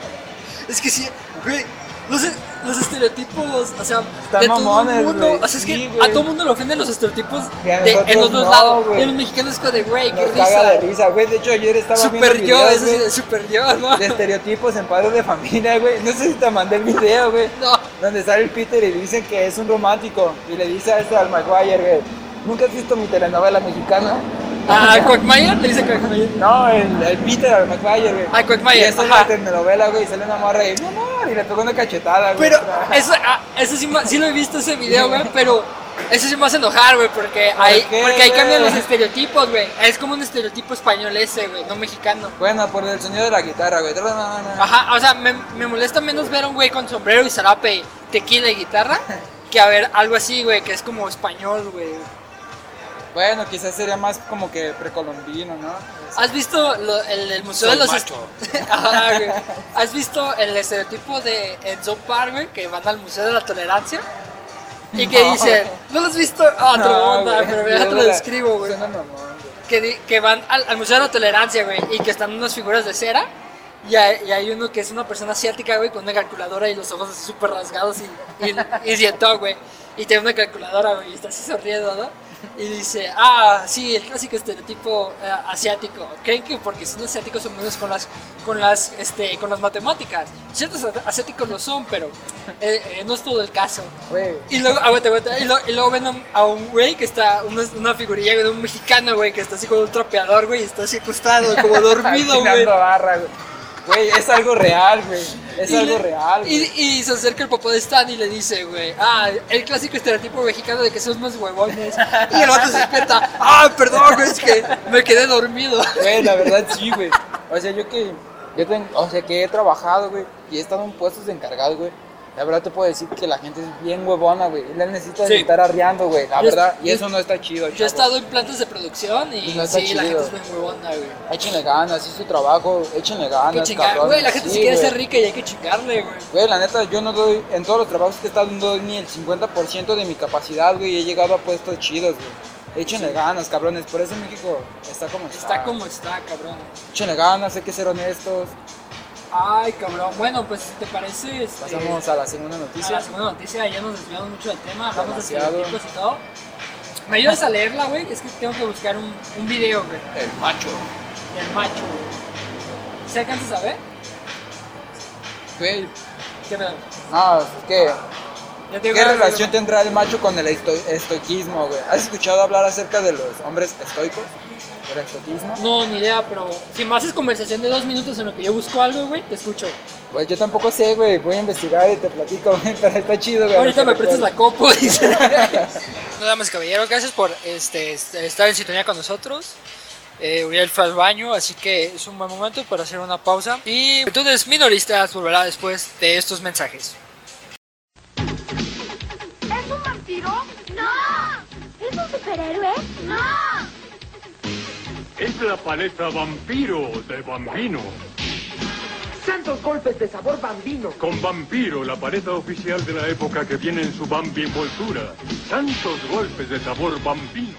S2: es que sí, güey. Los, los estereotipos, o sea,
S1: Están
S2: de todo
S1: mamones,
S2: mundo.
S1: güey,
S2: O sea, es que
S1: sí,
S2: a
S1: güey.
S2: todo mundo le ofenden los estereotipos
S1: Y a
S2: de- en
S1: nosotros
S2: otros
S1: no,
S2: lados.
S1: güey.
S2: Y a los mexicanos es como de, güey, qué
S1: Nos
S2: risa.
S1: caga de risa, güey. De hecho, ayer estaba viendo
S2: Super yo,
S1: videos,
S2: eso sí,
S1: güey,
S2: super yo, ¿no?
S1: de este estereotipos en padres de familia, güey. No sé si te mandé el video, güey.
S2: No.
S1: donde sale el Peter y dicen que es un romántico y le dice a este al Maguire, güey, ¿nunca has visto mi telenovela mexicana?
S2: ¿A Ah, Quagmire? Le dice Quagmire.
S1: No, el, el Peter al Maguire, güey.
S2: Ah, Quagmire,
S1: Y esa es
S2: ajá.
S1: la telenovela, güey, y sale una morra y, mi amor, y le pegó una cachetada, güey.
S2: Pero
S1: Otra.
S2: eso, ah, eso sí, ma- sí lo he visto ese video, güey, pero eso sí me hace enojar, güey, porque ahí,
S1: qué,
S2: porque ahí
S1: güey?
S2: cambian los estereotipos, güey. Es como un estereotipo español ese, güey, no mexicano.
S1: Bueno, por el sonido de la guitarra, güey. Tra- na- na- na.
S2: Ajá, o sea, me, me molesta menos ver a un güey con sombrero y zarape, tequila y guitarra, que a ver algo así, güey, que es como español, güey.
S1: Bueno, quizás sería más como que precolombino, ¿no?
S2: ¿Has visto lo- el, el Museo
S3: Soy
S2: de los...
S3: macho.
S2: Est- Ajá, güey. ¿Has visto el estereotipo de en South Park, güey, que van al Museo de la Tolerancia? Y que
S1: No,
S2: dice,
S1: güey.
S2: ¿no lo has visto? Ah, otra onda,
S1: güey,
S2: pero mira, te lo
S1: luego la-
S2: describo, güey.
S1: Suena mamón, güey.
S2: Que, di- que van al, al Museo de la Tolerancia, güey, y que están unas figuras de cera. Y hay, y hay uno que es una persona asiática, güey, con una calculadora y los ojos así súper rasgados y, y, y dientón, güey. Y tiene una calculadora, güey, y está así sonriendo, ¿no? Y dice, ah, sí, el clásico estereotipo eh, asiático. Creen que porque son asiáticos son menos con las, con las, este, con las matemáticas. Ciertos a- asiáticos lo son, pero eh, eh, no es todo el caso.
S1: Güey.
S2: Y luego, aguanta, aguanta, y, lo- y luego ven a un- a un güey que está, una, una figurilla güey, de un mexicano, güey, que está así con un trapeador, güey, y está así acostado, como dormido, güey.
S1: Tirando barra, güey. Güey, es algo real, güey. Es
S2: Y
S1: algo
S2: le-
S1: real, güey.
S2: Y, y se acerca el papá de Stan y le dice, güey, ah, el clásico estereotipo mexicano de que somos más huevones. Y el vato se despierta, ah, perdón, güey, es que me quedé dormido.
S1: Güey, la verdad sí, güey. O sea, yo que, yo ten- o sea, que he trabajado, güey, y he estado en puestos de encargado, güey. La verdad te puedo decir que la gente es bien huevona, güey. y La necesitas
S2: Sí.
S1: estar arreando, güey. La
S2: Yo-
S1: verdad, y
S2: yo-
S1: eso no está chido,
S2: Yo he
S1: chavo.
S2: estado en plantas de producción y,
S1: Y no está
S2: sí, la gente
S1: chido.
S2: es muy huevona, güey.
S1: Échenle ganas, es su trabajo, échenle
S2: Hay que
S1: ganas,
S2: chingar,
S1: cabrón.
S2: güey, la gente
S1: Sí,
S2: se quiere
S1: güey.
S2: hacer rica y hay que chingarle, güey.
S1: Güey, la neta, yo no doy, en todos los trabajos que he estado, no doy ni el 50% de mi capacidad, güey, y he llegado a puestos chidos, güey. Échenle ganas, cabrones, por eso México está como está.
S2: Está como está, cabrón.
S1: Échenle ganas, hay que ser honestos.
S2: Ay, cabrón. Bueno, pues si te parece, este,
S1: Pasamos a la segunda
S2: a
S1: noticia.
S2: la segunda noticia. Ya nos desviamos mucho del tema, hablamos de
S1: Demasiado.
S2: estereotipos y todo. ¿Me ayudas a leerla, güey? Es que tengo que buscar un, un video, güey,
S3: El macho.
S2: del macho, güey. ¿Se alcanzas a ver?
S1: Güey,
S2: ¿Qué pedo?
S1: No, ¿qué?
S2: Ya
S1: ¿Qué
S2: te digo, ya te
S1: relación
S2: digo.
S1: tendrá el macho con el esto- estoiquismo, güey? ¿Has escuchado hablar acerca de los hombres estoicos? ¿Del estoicismo?
S2: No, ni idea, pero si me haces conversación de dos minutos en lo que yo busco algo, güey, te escucho.
S1: Pues yo tampoco sé, güey. Voy a investigar y te platico, güey. Pero está chido, güey.
S2: Ahorita me prestas la copa, dice. No, damas y caballeros, gracias por este, este, estar en sintonía con nosotros. Eh, Uriel fue al baño, así que es un buen momento para hacer una pausa. Y entonces minoristas volverá después de estos mensajes.
S4: ¿Es un vampiro? ¡No! ¿Es un superhéroe? ¡No!
S5: Es la paleta vampiro de Bambino.
S6: Santos golpes de sabor bambino.
S5: Con Vampiro, la paleta oficial de la época que viene en su Bambi envoltura. Santos golpes de sabor bambino.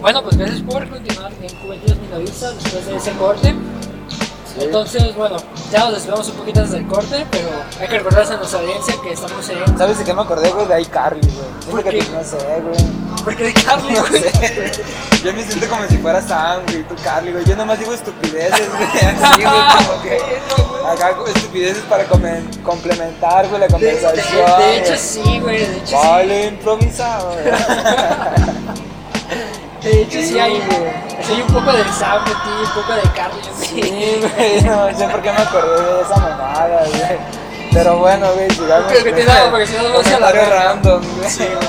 S2: Bueno, pues gracias por continuar en Juventud Minovista después de ese corte. Entonces, bueno, ya nos desviamos un poquito desde el corte, pero hay que recordarse a nuestra audiencia que estamos en.
S1: ¿Sabes de qué me acordé, güey? De iCarly, güey.
S2: ¿Por
S1: Siento que
S2: qué?
S1: no sé, güey.
S2: Porque de Carly,
S1: No
S2: güey.
S1: sé. Yo me siento como si fuera Sam, güey, tú Carly, güey. Yo nomás digo estupideces, güey. Así, güey, como que. Acá estupideces para comen- complementar, güey, la
S2: De, de-
S1: conversación.
S2: de hecho, sí, güey. De hecho, sí.
S1: Vale, improvisado.
S2: De hecho, sí hay, güey. Sí hay un poco de Sam metido, un poco de Carly,
S1: Sí, güey, no sé por qué me acordé de esa mamada, güey. Pero bueno, güey, sigamos.
S2: Creo que te
S1: güey.
S2: daba, porque si no, no vamos a la
S1: Comentario
S2: verga.
S1: random, güey.
S2: Sí, güey.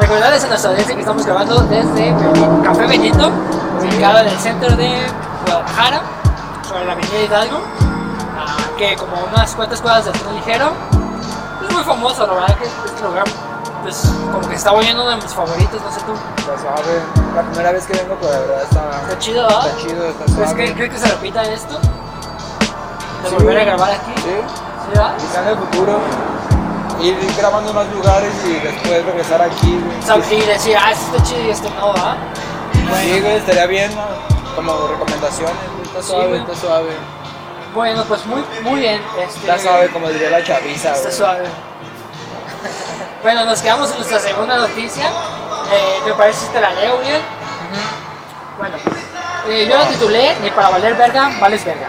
S2: Recordarles a nuestra audiencia que estamos grabando desde Café Benito, ubicado en el centro de Guadalajara, sobre la avenida Hidalgo, ah, que como unas cuantas cuadras del tren ligero, es muy famoso, la verdad que este lugar, pues como que está volviendo uno de mis favoritos, no sé tú,
S1: Está suave. La primera vez que vengo, pues la verdad
S2: está
S1: está,
S2: chido, ¿verdad?
S1: está chido, está
S2: Pues
S1: suave.
S2: que, creo que se repita esto, de
S1: Sí,
S2: volver a
S1: güey.
S2: grabar aquí, ¿sí?
S1: Sí.
S2: ¿verdad?
S1: Quizá en el futuro ir grabando en más lugares y después regresar aquí, güey.
S2: O sea, y decir, ah, este está chido y este no, ¿verdad?
S1: Sí, güey, estaría bien, ¿no? Como recomendaciones, güey. Está
S2: Sí,
S1: suave,
S2: güey.
S1: está suave.
S2: Bueno, pues muy, muy bien. Este,
S1: Está suave, como diría la chaviza,
S2: Está
S1: güey.
S2: suave. bueno, nos quedamos en nuestra segunda noticia. Eh, ¿Te parece si te la leo bien? Bueno, eh, yo la titulé Ni para valer verga, vales verga.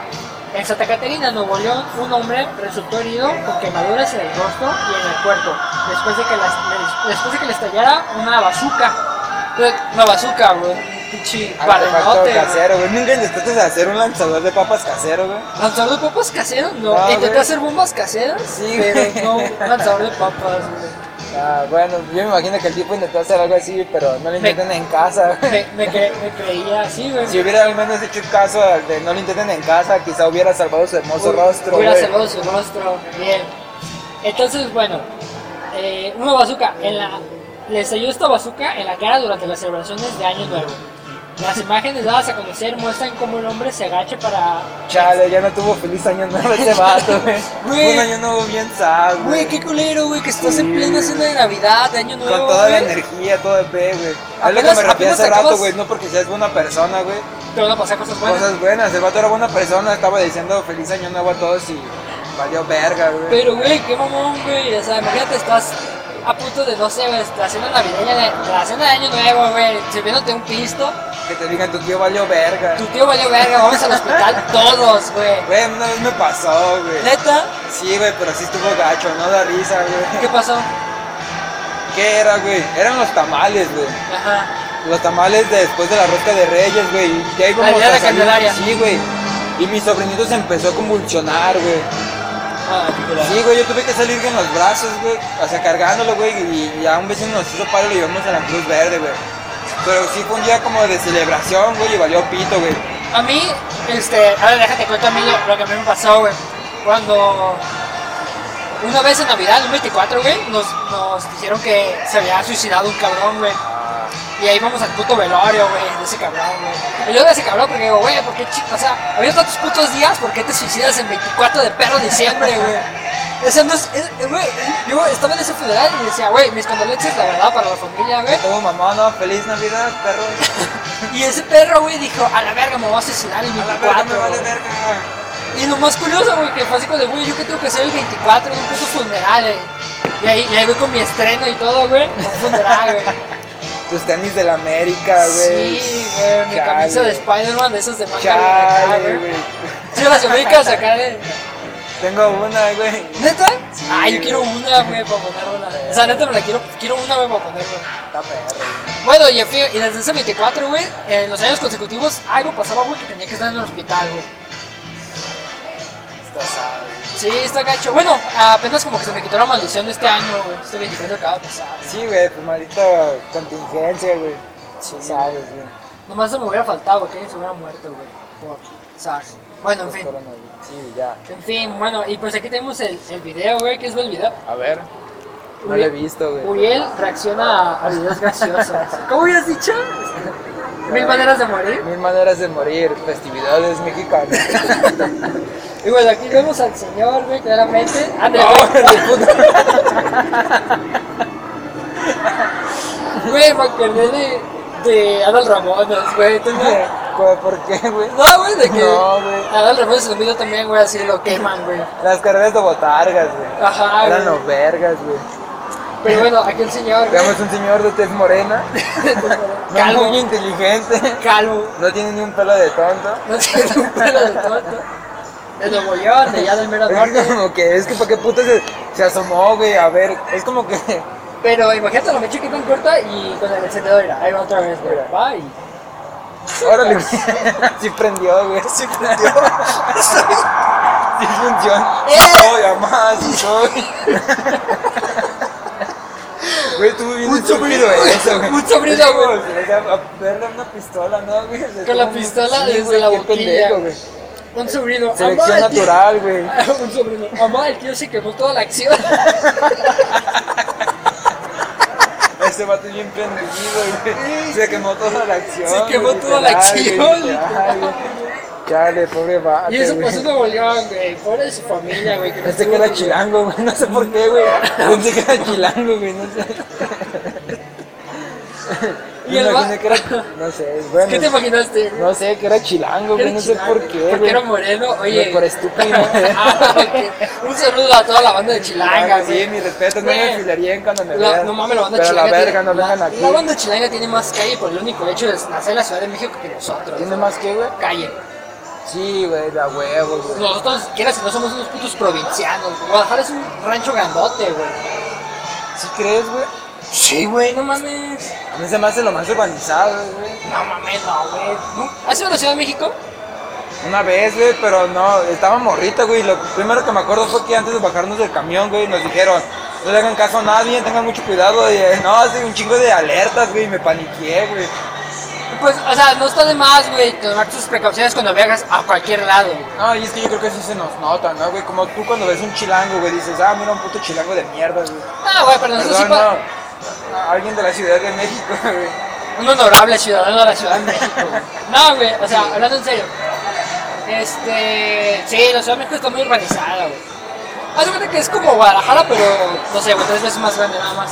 S2: En Santa Caterina, Nuevo León, un hombre resultó herido con quemaduras en el rostro y en el cuerpo después de que, la- después de que le estallara una bazuca. Pues, Una bazuca, güey. Un pinche
S1: Artefacto
S2: barrenote, güey.
S1: casero, güey. Nunca intentaste hacer un lanzador de papas casero, güey.
S2: ¿Lanzador de papas casero? No.
S1: Ah,
S2: Intenté
S1: güey.
S2: hacer bombas caseras,
S1: Sí,
S2: pero
S1: güey.
S2: no un lanzador de papas, güey.
S1: Ah, bueno, yo me imagino que el tipo intentó hacer algo así, pero no lo intenten en casa, güey.
S2: Me, me cre- me creía así, güey.
S1: Si hubiera al menos hecho caso al de no lo intenten en casa, quizá hubiera salvado su hermoso
S2: Hu-
S1: rostro,
S2: Hubiera
S1: este güey.
S2: salvado su rostro, bien. Entonces, bueno, eh, una bazooka. En la, le estalló esta bazooka en la cara durante las celebraciones de Año Nuevo. Las imágenes dadas a conocer muestran cómo el hombre se agacha para...
S1: Chale, ya no tuvo feliz año nuevo ese vato, güey.
S2: Güey.
S1: Fue Un año nuevo bien sad,
S2: Güey, qué culero, güey, que estás en plena cena de Navidad, de Año Nuevo,
S1: Con toda la
S2: güey.
S1: energía, todo el pe, güey. Es lo que
S2: Apenas-
S1: me refiero
S2: apenas
S1: hace rato,
S2: acabas-
S1: güey. No porque seas buena persona, güey.
S2: Te van a pasar cosas buenas.
S1: Cosas buenas. El vato era buena persona, estaba diciendo feliz año nuevo a todos y valió verga, güey.
S2: Pero, güey, qué mamón, güey. O sea, imagínate, estás a punto de, no sé, güey, la cena navideña, de- la cena de Año Nuevo, güey, sirviéndote un pisto.
S1: Que te digan, tu tío valió verga.
S2: Tu tío valió verga, vamos al hospital todos, güey.
S1: Güey, una vez me pasó, güey.
S2: Neta,
S1: Sí, güey, pero sí estuvo gacho, no da risa,
S2: ¿qué
S1: güey.
S2: pasó?
S1: ¿Qué era, güey? Eran los tamales, güey.
S2: Ajá.
S1: Los tamales de después de la rosca de Reyes, güey. y Ya íbamos
S2: La idea
S1: a
S2: de
S1: salir,
S2: Candelaria.
S1: Sí, güey. Y mi sobrinito se empezó a convulsionar, güey.
S2: Ah, qué culero.
S1: Sí, güey, yo tuve que salir con los brazos, güey. O sea, cargándolo, güey. Y ya un vecino nos hizo paro y lo llevamos a la Cruz Verde, güey. Pero sí fue un día como de celebración, güey, y valió pito, güey.
S2: A mí, este, a ver, déjate cuento a mí lo, lo que a mí me pasó, güey. Cuando una vez en Navidad, un 24, güey, nos, nos dijeron que se había suicidado un cabrón, güey. Y ahí vamos al puto velorio, güey, de ese cabrón, güey. Y luego de ese cabrón porque digo, güey, ¿por qué chico? O sea, había tantos putos días, ¿por qué te suicidas en 24 de perro diciembre, güey? O sea, no es, es- eh, güey, yo estaba en ese funeral y decía, güey, mis condolencias, la verdad, para la familia, güey.
S1: Como mamá, no, feliz Navidad, perro.
S2: Y ese perro, güey, dijo, a la verga me voy a suicidar el
S1: A la verga,
S2: 24.
S1: me vale
S2: güey".
S1: verga.
S2: Y lo más curioso, güey, que fue así como de, güey, ¿yo qué tengo que hacer el 24 en un puto funeral, güey? eh". Y ahí, y ahí, güey, con mi estreno y todo, güey, un funeral, güey.
S1: Tus tenis de la América, güey.
S2: Sí, güey, mi
S1: Chale.
S2: camisa de Spider-Man, de esas de manga larga,
S1: Chale,
S2: güey.
S1: güey.
S2: Sí, las ubicas acá de...
S1: Tengo una, güey.
S2: ¿Neta?
S1: Sí,
S2: Ay, yo
S1: güey.
S2: quiero una, güey, para poner una. O sea, neta me la quiero, quiero una, güey, para poner, güey.
S1: Está perro. güey.
S2: Bueno, y en fin, y desde ese 24, güey, en los años consecutivos, algo pasaba, güey, que tenía que estar en el hospital, güey.
S1: Está sad.
S2: Sí, está gacho. Bueno, apenas como que se me quitó la maldición de este año, güey. Este 24 acaba de pasar.
S1: Sí, güey, pues maldita contingencia, güey. Sí, sabes, güey.
S2: Nomás se me hubiera faltado, güey, que alguien se hubiera muerto, güey, por SARS. Bueno, en
S1: Los
S2: fin.
S1: pues, coronavirus. Sí, ya.
S2: En fin, bueno, y pues aquí tenemos el, el video, güey, que es el video.
S1: A ver. No lo he visto, güey.
S2: Uriel reacciona a, a videos graciosos. ¿Cómo hubieras dicho? Mil maneras de morir.
S1: Mil maneras de morir, festividades mexicanas.
S2: Y bueno, aquí vemos al señor, güey, claramente. Ándale, güey, Macardene de Adal Ramones, güey. tú me-
S1: Güey, ¿Por qué, güey?
S2: No, güey, de que
S1: No, güey.
S2: Adal Ramones en su video también, güey, así lo queman, güey.
S1: Las carreras de botargas, güey.
S2: Ajá,
S1: Eran
S2: güey.
S1: los vergas, güey.
S2: Pero bueno, aquí el señor, güey,
S1: Veamos un señor de tez morena. No
S2: Calvo.
S1: muy inteligente.
S2: calvo,
S1: No tiene ni un pelo de tonto.
S2: no tiene un pelo de tonto. De Nuevo León, de allá del mero
S1: Es
S2: norte.
S1: como que, es que para qué puta se, se asomó, güey, a ver, es como que,
S2: Pero imagínate, lo me eché aquí tan corta y con el encendedor era. Ahí va otra vez, güey. Va y.
S1: órale, güey, sí prendió, güey. Sí prendió. Sí funciona. Sí
S2: ¡Eh!
S1: soy, amá, sí soy. Güey, estuvo bien
S2: Un
S1: estúpido
S2: sobrino,
S1: eso, güey.
S2: un sobrino,
S1: Es como
S2: eh. güey.
S1: si le- a- Verle una pistola, ¿no, güey?
S2: Con la pistola desde
S1: güey,
S2: la
S1: qué
S2: boquilla. Ah,
S1: pendejo, güey.
S2: Un sobrino.
S1: Selección
S2: "Mamá, el tío-"
S1: natural, güey.
S2: Un sobrino. Mamá, el tío se quemó toda la acción.
S1: Ese vato es bien prendido, güey. Se quemó toda la acción.
S2: Se quemó
S1: güey,
S2: toda la
S1: literal,
S2: acción,
S1: güey,
S2: literal,
S1: literal, güey. Chale, pobre vato.
S2: Y eso
S1: güey.
S2: pasó en Nuevo León, güey. Pobre de su familia, güey. que no
S1: Pensé que
S2: estuvo
S1: era
S2: bien.
S1: chilango, güey. No sé por qué, güey. Pensé que era chilango, güey. No sé.
S2: Y
S1: Me
S2: el va-
S1: imaginé que era. No sé, bueno.
S2: ¿Qué te imaginaste? güey?
S1: No sé, que era chilango,
S2: Que
S1: güey.
S2: era
S1: No sé
S2: chilango,
S1: por qué,
S2: Porque
S1: güey.
S2: era moreno, oye.
S1: Güey, por estúpido.
S2: Ah, ok. Un saludo a toda la banda de Chilanga,
S1: Chilango, Sí, mi respeto. No me
S2: Güey,
S1: afilarían cuando me
S2: La,
S1: vean.
S2: no mames, la banda
S1: Pero
S2: chilanga.
S1: la verga,
S2: tiene,
S1: no vengan
S2: la,
S1: aquí.
S2: la banda chilanga tiene más calle por el único hecho de nacer en la Ciudad de México que nosotros.
S1: ¿Tiene más que, güey?
S2: calle.
S1: Sí, güey, de a huevos, güey.
S2: Nosotros, quieras si no somos unos putos provincianos. güey. Guadalajara es un rancho grandote, güey.
S1: ¿Sí crees, güey?
S2: Sí, güey, no mames.
S1: A mí se me hace lo más urbanizado, güey.
S2: No mames, no, güey. ¿No? ¿Has ido a la Ciudad de México?
S1: Una vez, güey, pero no, estaba morrita, güey. Lo primero que me acuerdo fue que antes de bajarnos del camión, güey, nos dijeron, no le hagan caso a nadie, tengan mucho cuidado. Y, eh, no, hace un chingo de alertas, güey, y me paniqué, güey.
S2: Pues, o sea, no está de más, güey, tomar tus precauciones cuando viajas a cualquier lado. güey.
S1: No, y es que yo creo que sí se nos nota, ¿no, güey? Como tú cuando ves un chilango, güey, dices, ah, mira un puto chilango de mierda, güey.
S2: Ah, güey, pero nosotros sí
S1: Perdón,
S2: pa-
S1: no. A Alguien de la Ciudad de México, güey.
S2: un honorable ciudadano de la Ciudad de México. güey. No, güey, o sea, hablando en serio. Este, sí, la Ciudad de México está muy urbanizada, güey. Haz de cuenta que es como Guadalajara, pero no sé, güey, tres veces más grande nada más.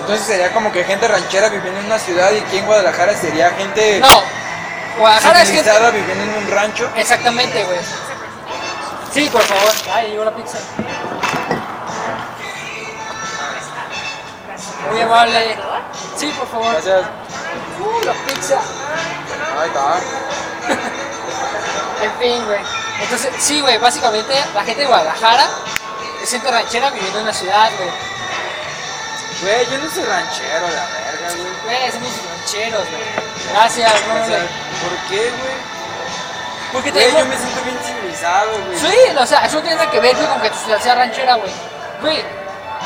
S1: Entonces sería como que gente ranchera viviendo en una ciudad y aquí en Guadalajara sería gente
S2: No, Guadalajara es gente.
S1: civilizada viviendo en un rancho.
S2: Exactamente, güey. Sí, por favor. Ay, llegó la pizza. Muy amable. Sí, por favor.
S1: Gracias.
S2: Uh, la pizza.
S1: Ahí está.
S2: En fin, güey. Entonces, sí, güey, básicamente la gente de Guadalajara es gente ranchera viviendo en la ciudad, güey.
S1: Güey, yo no soy ranchero, la verga, güey.
S2: Güey, somos rancheros, güey. Gracias,
S1: O sea,
S2: güey.
S1: ¿Por qué, güey?
S2: Porque
S1: Güey,
S2: tenemos-
S1: yo me siento bien civilizado, güey.
S2: Sí, o sea, eso no tiene nada que ver güey, con que tu ciudad sea ranchera, güey. Güey,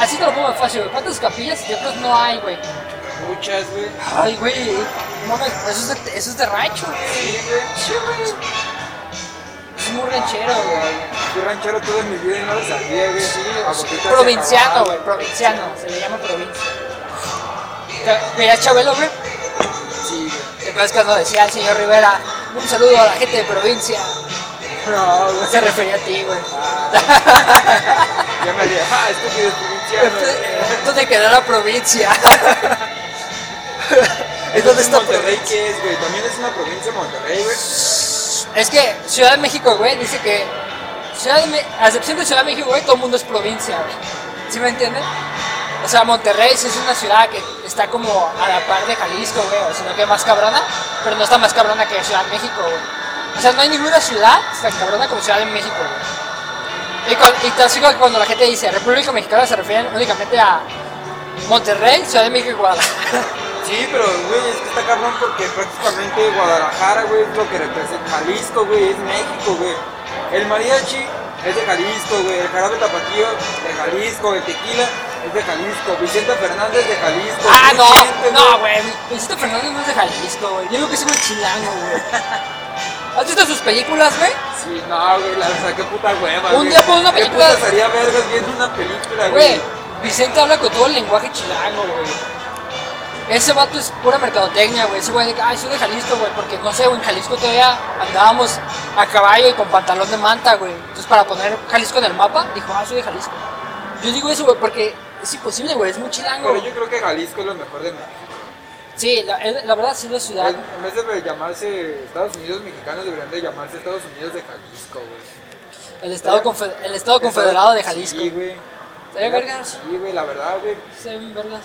S2: así te lo pongo fácil, güey. ¿Cuántas capillas y otras no hay, güey?
S1: Muchas, güey.
S2: Ay, güey. Mames, eso es de, eso es de rancho, güey.
S1: Sí, güey.
S2: Sí, güey. Es muy ranchero, güey.
S1: Fui ranchero toda mi vida y no lo sabía, güey. Sí,
S2: Provinciano, güey. Provinciano. Se le llama provincia. Te- Mira, Chabelo, güey.
S1: Sí, güey.
S2: ¿Te acuerdas cuando decía el señor Rivera? Un saludo a la gente de provincia.
S1: No, güey.
S2: Se refería a ti, güey.
S1: Ya me haría, ah, estúpido es provinciano.
S2: Este,
S1: güey.
S2: ¿Dónde quedó la provincia? ¿Es donde
S1: Entonces,
S2: está
S1: Monterrey
S2: Monterrey?
S1: qué es, güey? También es una provincia Monterrey, güey.
S2: Es que Ciudad de México, güey, dice que Ciudad de Me- a excepción de Ciudad de México, güey, todo el mundo es provincia, güey. ¿Sí me entienden? O sea, Monterrey sí es una ciudad que está como a la par de Jalisco, güey, o sino que más cabrona, pero no está más cabrona que Ciudad de México, güey. O sea, no hay ninguna ciudad tan cabrona como Ciudad de México, güey. Y, cuan- y tan sigo que cuando la gente dice República Mexicana se refieren únicamente a Monterrey, Ciudad de México y Guadalajara.
S1: Sí, pero, güey, es que está cabrón porque prácticamente Guadalajara, güey, es lo que representa Jalisco, güey, es México, güey. El mariachi es de Jalisco, güey, el jarabe tapatío de Jalisco, el tequila es de Jalisco, Vicente Fernández es de Jalisco.
S2: Ah,
S1: Luis Vicente,
S2: no, no, güey. Vicente Fernández no es de Jalisco, güey. Yo lo que es un chilango, güey. ¿Has visto sus películas, güey?
S1: Sí, no, güey, la saqué puta hueva,
S2: Un
S1: güey.
S2: día pon una
S1: ¿Qué
S2: película-
S1: puta sería vergas viendo una película,
S2: Güey,
S1: güey?
S2: Vicente habla con todo el lenguaje chilango, güey. Ese vato es pura mercadotecnia, güey. Ese güey de que, ay, soy de Jalisco, güey. Porque no sé, güey, en Jalisco todavía andábamos a caballo y con pantalón de manta, güey. Entonces, para poner Jalisco en el mapa, dijo, ah, soy de Jalisco. Yo digo eso, güey, porque es imposible, güey. Es muy chilango.
S1: Pero
S2: güey.
S1: yo creo que Jalisco es lo mejor de México.
S2: Sí, la, es- la verdad sí es una ciudad.
S1: En, en vez de llamarse Estados Unidos mexicanos, deberían de llamarse Estados Unidos de Jalisco, güey.
S2: El Estado, confe- el estado Confederado de Jalisco.
S1: Sí, güey.
S2: Estaría vergas.
S1: Sí, güey, la verdad, güey.
S2: Se ven vergas.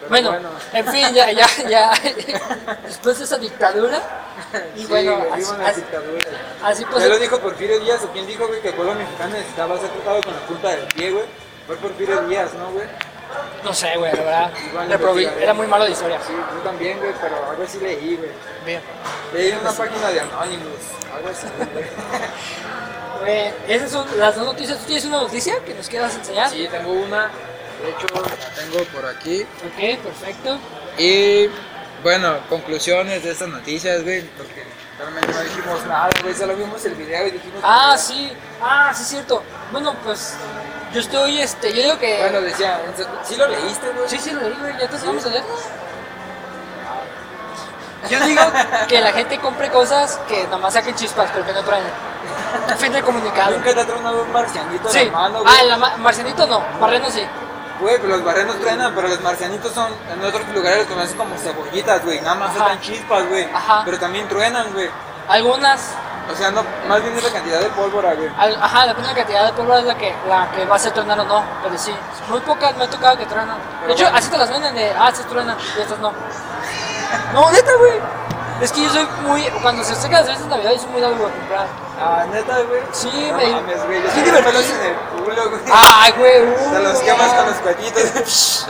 S1: Pero
S2: Bueno, en fin, ya, ya, ya. Después de esa dictadura. Y
S1: Sí,
S2: bueno,
S1: güey,
S2: así,
S1: vivo en la
S2: así-
S1: dictadura.
S2: así
S1: Ya lo
S2: pues.
S1: dijo Porfirio Díaz, o quien dijo, güey, que el pueblo mexicano necesitaba ser tratado con la punta del pie, güey. Fue Porfirio Díaz, ¿no, güey?
S2: No sé, güey, la verdad.
S1: Igual
S2: reprobé,
S1: investigaré.
S2: era muy malo de historia.
S1: Sí, yo también, güey, pero algo así leí, güey.
S2: Bien.
S1: Leí
S2: Pues,
S1: en una página de Anonymous, algo así, güey.
S2: Eh, esas son las dos noticias. ¿Tú tienes una noticia que nos quieras enseñar?
S1: Sí, tengo una, de hecho, la tengo por aquí.
S2: Ok, perfecto.
S1: Y bueno, conclusiones de estas noticias, güey, porque realmente no dijimos nada, güey, solo vimos el video y dijimos.
S2: Ah, sí. Ah, sí, es cierto. Bueno, pues yo estoy, este, yo digo que...
S1: Bueno, decía, en secu- ¿sí lo leíste, güey?
S2: sí, sí, lo leí, güey. ¿Ya te vamos a leer? Yo digo que la gente compre cosas que nomás saquen chispas, pero que no traen. Fin del comunicado.
S1: Nunca te ha tronado un marcianito
S2: Sí.
S1: en la mano,
S2: ah,
S1: güey.
S2: la ma- Marcianito no. Marreno sí.
S1: Güey, pero los barrenos truenan, pero los marcianitos son, en otros lugares los conocen como cebollitas, güey, nada más
S2: Ajá.
S1: sacan chispas, güey.
S2: Ajá.
S1: Pero también truenan, güey.
S2: Algunas...
S1: O sea, no, más bien es la cantidad de pólvora, güey.
S2: Al- Ajá, depende de la cantidad de pólvora es la que, la que va a hacer tronar o no, pero sí, muy pocas me ha tocado que truenan. De
S1: Pero
S2: hecho,
S1: bueno.
S2: así te las venden de, ah, estas truenan y estas no. No, neta, güey. Es que yo soy muy, cuando se acerca las veces de Navidad, yo soy muy dado a comprar.
S1: Ah, neta, güey.
S2: Sí,
S1: no
S2: me-
S1: mames, güey. Yo
S2: sí,
S1: tengo
S2: divertido.
S1: pelos en el culo, güey.
S2: Ay, güey. uh,
S1: Te los
S2: güey.
S1: quemas con los cuetitos.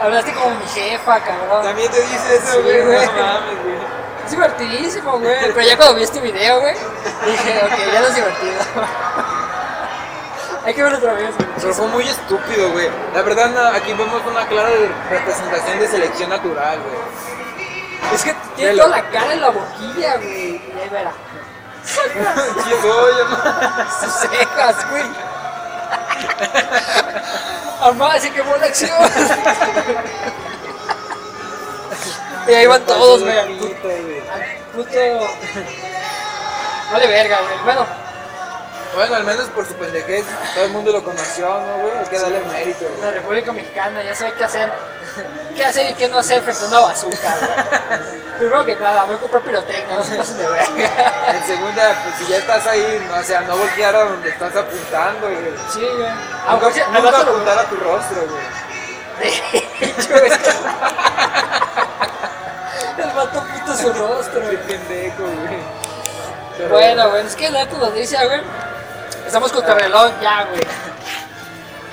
S2: Hablaste como mi jefa, cabrón.
S1: También te dice eso,
S2: Sí,
S1: güey.
S2: güey.
S1: No mames, güey.
S2: Es divertidísimo, güey. Pero ya cuando vi este video, güey, dije, ok, ya no es divertido. Hay que verlo otra vez, güey.
S1: Pero fue muy estúpido, güey. La verdad, no, aquí vemos una clara representación de selección natural, güey.
S2: Es que tiene
S1: Velo.
S2: toda la cara en la boquilla, güey. Y ahí verá.
S1: Sí, soy, amor.
S2: Sus cejas, güey. Amá, así que buena acción. y ahí van todos, güey. al pu- al Puto. Vale verga, güey. Bueno,
S1: Bueno, al menos por su pendejez, todo el mundo lo conoció, ¿no, güey? Hay que darle mérito, güey.
S2: la República Mexicana ya sabe qué hacer. ¿Qué hacer y qué no hacer frente a una bazooka, güey? Primero que nada, voy a comprar pirotecnia, no se pasen de verga.
S1: En segunda, pues si ya estás ahí, no, o sea, no voltear a donde estás apuntando, güey.
S2: Sí, güey.
S1: Nunca,
S2: Aunque sea- al
S1: nunca
S2: rato lo-
S1: apuntar a tu rostro, güey.
S2: De hecho, güey. El vato puto su
S1: Qué
S2: rostro, güey.
S1: pendejo, güey. Pero
S2: Bueno, güey, es que la otra noticia, güey. Estamos contra el reloj ya, güey.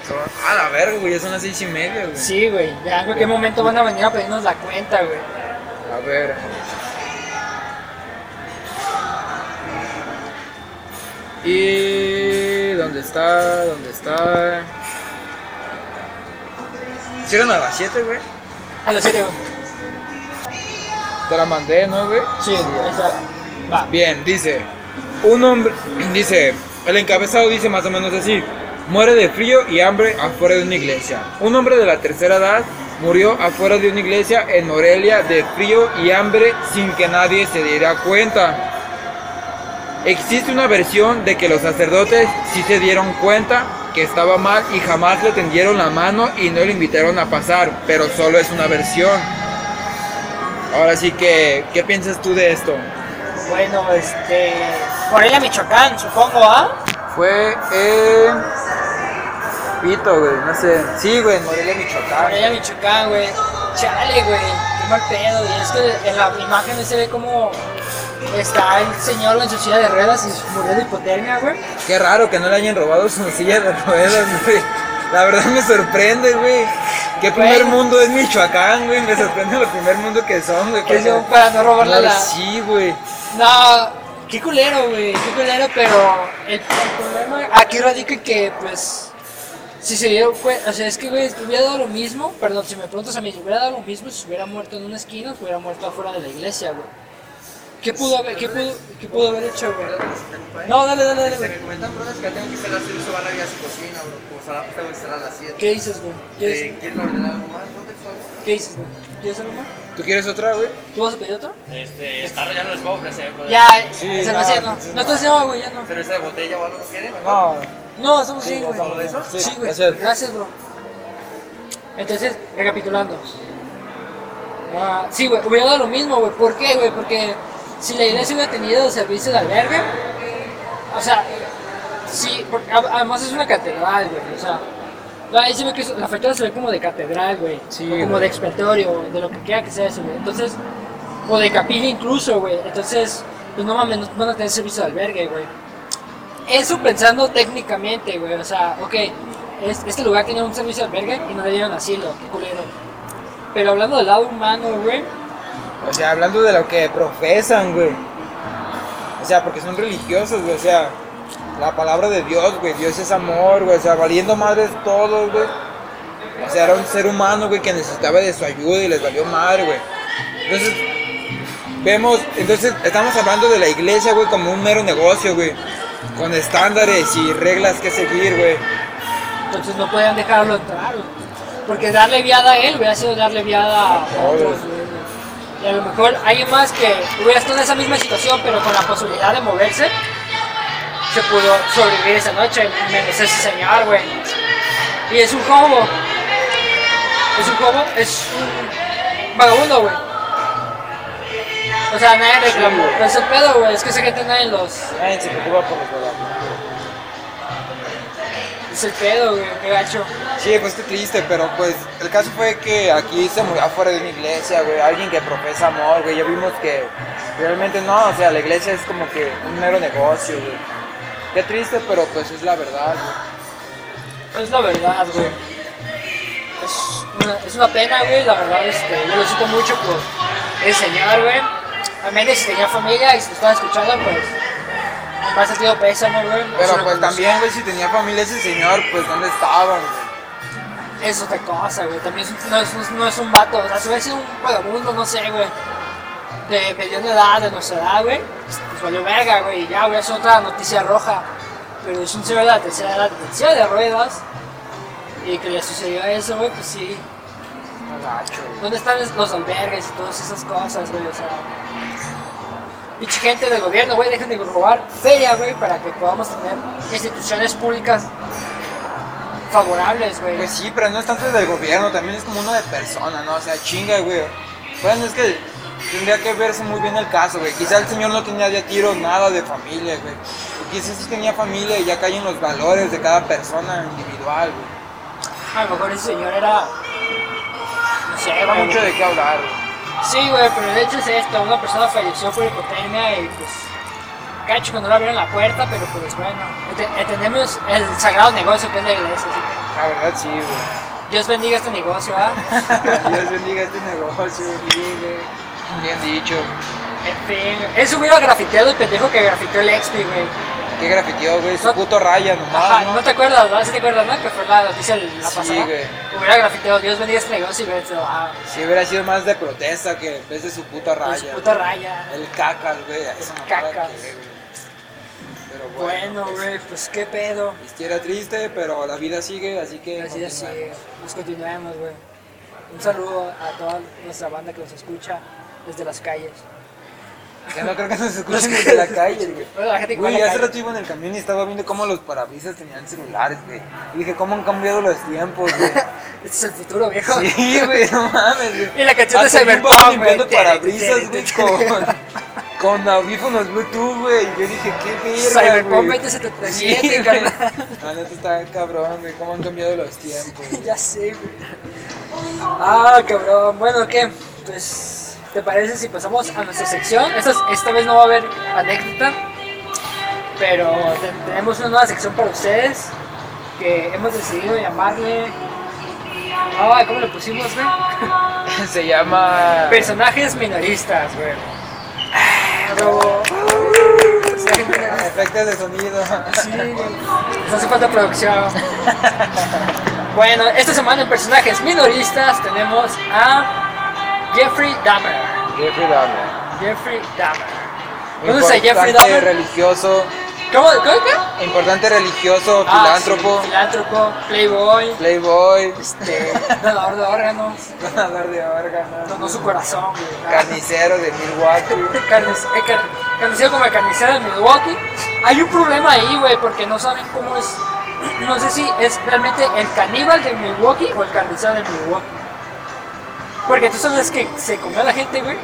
S1: Son- A la verga, güey, ya son las seis y media, güey.
S2: Sí, güey, ya en cualquier momento van a venir a pedirnos la cuenta, güey.
S1: A ver. Y dónde está, dónde está. Hicieron a las 7, güey.
S2: A lo serio.
S1: Te la mandé, ¿no, güey?
S2: Sí, ahí está. Va.
S1: Bien, dice. Un hombre. Dice. El encabezado dice más o menos así. Muere de frío y hambre afuera de una iglesia. Un hombre de la tercera edad murió afuera de una iglesia en Morelia de frío y hambre sin que nadie se diera cuenta. Existe una versión de que los sacerdotes sí se dieron cuenta que estaba mal y jamás le tendieron la mano y no le invitaron a pasar, pero solo es una versión. Ahora sí que, ¿qué piensas tú de esto?
S2: Bueno, este. Morelia, Michoacán, supongo, ¿ah?
S1: Fue en. Pito, güey, no sé. Sí, güey, en Morelia, Michoacán.
S2: Morelia, Michoacán, güey. Chale, güey. Qué mal pedo, güey. Es que en la imagen se ve como está el señor en su silla de ruedas y murió de hipotermia, güey.
S1: Qué raro que no le hayan robado su silla de ruedas, güey. La verdad me sorprende, güey. ¿Qué
S2: Güey.
S1: primer mundo es Michoacán, güey? Me sorprende lo primer mundo que son, güey.
S2: Que
S1: porque-
S2: yo para no robarle
S1: No,
S2: la.
S1: Sí, güey.
S2: No, qué culero, güey, qué culero, pero el, el problema aquí radica en que, pues, si se dieron cuenta, o sea, es que, güey, si hubiera dado lo mismo, perdón, si me preguntas a mí, si hubiera dado lo mismo, si hubiera muerto en una esquina, si hubiera muerto afuera de la iglesia, güey. ¿Qué pudo haber, qué pudo, qué pudo haber hecho, güey? No, dale, dale, dale, güey.
S3: comentan brothers que tengo que esperar a su barra y a su cocina, bro. Pues ahora tengo que cerrar a las 7.
S2: ¿Qué dices, güey? ¿Qué dices?
S3: ¿Quieren ordenar algo más? ¿Dónde fue?
S2: ¿Qué dices, güey? ¿Quieres algo más?
S1: ¿Tú quieres otra, güey?
S2: ¿Tú vas a pedir otro?
S3: Este, está ya no les puedo ofrecer, brother.
S2: Ya, se me
S1: no,
S2: hacía, no. No, entonces no, güey, ya no.
S3: ¿Pero esa de botella o algo no quieren? mejor?
S1: No.
S2: No, estamos bien,
S3: ¿Solo de
S2: güey.
S3: eso?
S1: Sí,
S2: Sí, güey.
S1: gracias.
S2: Gracias, bro. Entonces, recapitulando. Ah, sí, güey, hubiera dado lo mismo, güey. ¿Por qué, güey? Porque si la iglesia hubiera tenido servicio de albergue, o sea, sí, porque a- además es una catedral, güey, o sea. la- ahí se ve que es- la fachada se ve como de catedral, güey.
S1: Sí,
S2: o
S1: güey.
S2: como de expiatorio, de lo que quiera que sea eso, güey. Entonces, o de capilla incluso, güey. Entonces, pues no mames, no van a tener servicio de albergue, güey. Eso pensando técnicamente, güey. O sea, ok, es- este lugar tenía un servicio de albergue y no le dieron asilo, qué culero. Pero hablando del lado humano, güey,
S1: O sea, hablando de lo que profesan, güey. O sea, porque son religiosos, güey. O sea, la palabra de Dios, güey. Dios es amor, güey. O sea, valiendo madres todos, güey. O sea, era un ser humano, güey, que necesitaba de su ayuda y les valió madre, güey. Entonces, vemos, entonces estamos hablando de la iglesia, güey, como un mero negocio, güey. Con estándares y reglas que seguir, güey.
S2: entonces no podían dejarlo entrar, güey. Porque darle viada a él hubiera sido darle viada a otros, güey. Y a lo mejor alguien más que hubiera estado en esa misma situación, pero con la posibilidad de moverse, se pudo sobrevivir esa noche, menos ese señor, güey. Y es un hobo. Es un hobo, es un vagabundo, güey. O sea, nadie reclamó. Pero ese pedo, güey, es que esa gente nadie los,
S1: Nadie se preocupa por los vagabundos.
S2: Es el pedo, güey, qué gacho.
S1: Sí, pues qué triste, pero pues el caso fue que aquí se murió afuera de una iglesia, güey, alguien que profesa amor, güey, ya vimos que realmente no, o sea, la iglesia es como que un mero negocio, güey. Qué triste, pero pues es la verdad, güey.
S2: Es la verdad, güey. Es una, es una pena, güey, la verdad, este, yo lo siento mucho por el señor, güey. A menos si tenía familia y si lo estaba escuchando, pues, me ha sentido pésame, güey. Es
S1: Pero
S2: una
S1: pues
S2: condición-
S1: también, güey, si tenía familia ese señor, pues ¿dónde estaban? güey?
S2: Es otra cosa, güey, también es un- no es, no es un vato, o sea, si hubiera sido un vagabundo, no sé, güey. De mediana edad, de nuestra edad, güey, pues, pues valió verga, güey, y ya, güey, es otra noticia roja. Pero es un señor de la tercera edad, en silla de ruedas, y que le sucedió eso, güey, pues sí,
S1: Gacho, güey.
S2: ¿Dónde están los albergues y todas esas cosas, güey? O sea, pinche gente del gobierno, güey, dejen de robar feria, güey, para que podamos tener instituciones públicas favorables, güey.
S1: Pues sí, pero no es tanto del gobierno, también es como uno de persona, ¿no? O sea, chinga, güey. Bueno, es que tendría que verse muy bien el caso, güey. Quizá el señor no tenía de tiro nada de familia, güey. O Quizá sí tenía familia y ya caen los valores de cada persona individual, güey.
S2: A lo mejor ese señor era. No sé,
S1: Hay mucho
S2: güey.
S1: de qué hablar, güey.
S2: Sí, güey, pero el hecho es esto: una persona falleció por hipotermia y pues. Cacho cuando le abrieron la puerta, pero pues bueno. ent- Entendemos el sagrado negocio que es la iglesia, así que
S1: La verdad, sí, güey.
S2: Dios bendiga este negocio, ¿ah?
S1: Dios bendiga este negocio, sí, güey. Bien dicho.
S2: En fin, eso hubiera grafiteado el pendejo que grafiteó el Expi, güey.
S1: Qué grafiteó, güey. Su
S2: No-
S1: puto raya nomás,
S2: Ajá,
S1: ¿no?
S2: no te acuerdas, ¿verdad? Sí te acuerdas, ¿no? Que fue la noticia la
S1: Sí,
S2: pasada.
S1: güey.
S2: Hubiera grafiteado, Dios bendiga este negocio y hubiera dicho, ah,
S1: Sí, hubiera sido más de protesta que en vez de su puta
S2: con
S1: raya.
S2: su
S1: güey.
S2: puta raya.
S1: El cacas, güey. Esa mamada
S2: cacas.
S1: que, güey. Pero bueno,
S2: Bueno, güey, pues qué pedo.
S1: pues, sí era triste, pero la vida sigue, así que.
S2: Así así,
S1: continuemos.
S2: pues continuemos, güey. Un saludo a toda nuestra banda que nos escucha desde las calles.
S1: Ya no creo que nos escuchen desde la calle, güey.
S2: Bueno, la gente que va en
S1: Güey,
S2: la
S1: hace
S2: calle.
S1: rato iba en el camión y estaba viendo cómo los parabrisas tenían celulares, güey. Y dije, ¿cómo han cambiado los tiempos, güey?
S2: Este es el futuro, viejo.
S1: Sí, güey, no mames, güey.
S2: Y la canción de
S1: Hasta yo
S2: Cyberpunk,
S1: andaba
S2: güey.
S1: limpiando
S2: Tere,
S1: parabrisas, güey,
S2: tere,
S1: con,
S2: tere.
S1: con audífonos Bluetooth, güey. Y yo dije, qué verga,
S2: Cyberpunk
S1: güey.
S2: 2077,
S1: Sí, güey.
S2: carnal.
S1: La neta está cabrón, güey, cómo han cambiado los tiempos.
S2: ya sé, güey. Ah, cabrón. Bueno, ¿qué? Pues, ¿te parece si pasamos a nuestra sección? Esta, es- esta vez no va a haber anécdota, pero te- tenemos una nueva sección para ustedes que hemos decidido llamarle... Ah, ¿cómo le pusimos, güey?
S1: Se llama.
S2: Personajes minoristas, güey. Ah, bravo. Personajes minoristas.
S1: Efectos de sonido.
S2: Sí, güey. Nos hace falta producción. bueno, esta semana en personajes minoristas tenemos a Jeffrey Dahmer.
S1: Jeffrey Dahmer.
S2: Jeffrey Dahmer. ¿Conoces a
S1: Importante
S2: Jeffrey Dahmer?
S1: religioso.
S2: ¿Cómo? ¿Cómo? qué?
S1: Importante religioso,
S2: Ah,
S1: filántropo,
S2: sí, filántropo, playboy,
S1: playboy,
S2: este, donador de órganos,
S1: donador de órganos,
S2: donó su corazón, güey.
S1: carnicero de Milwaukee.
S2: Carnes- eh, car- Carnicero como el carnicero de Milwaukee. Hay un problema ahí, güey, porque no saben cómo es. No sé si es realmente el caníbal de Milwaukee o el carnicero de Milwaukee. Porque tú sabes que se comió a la gente, güey.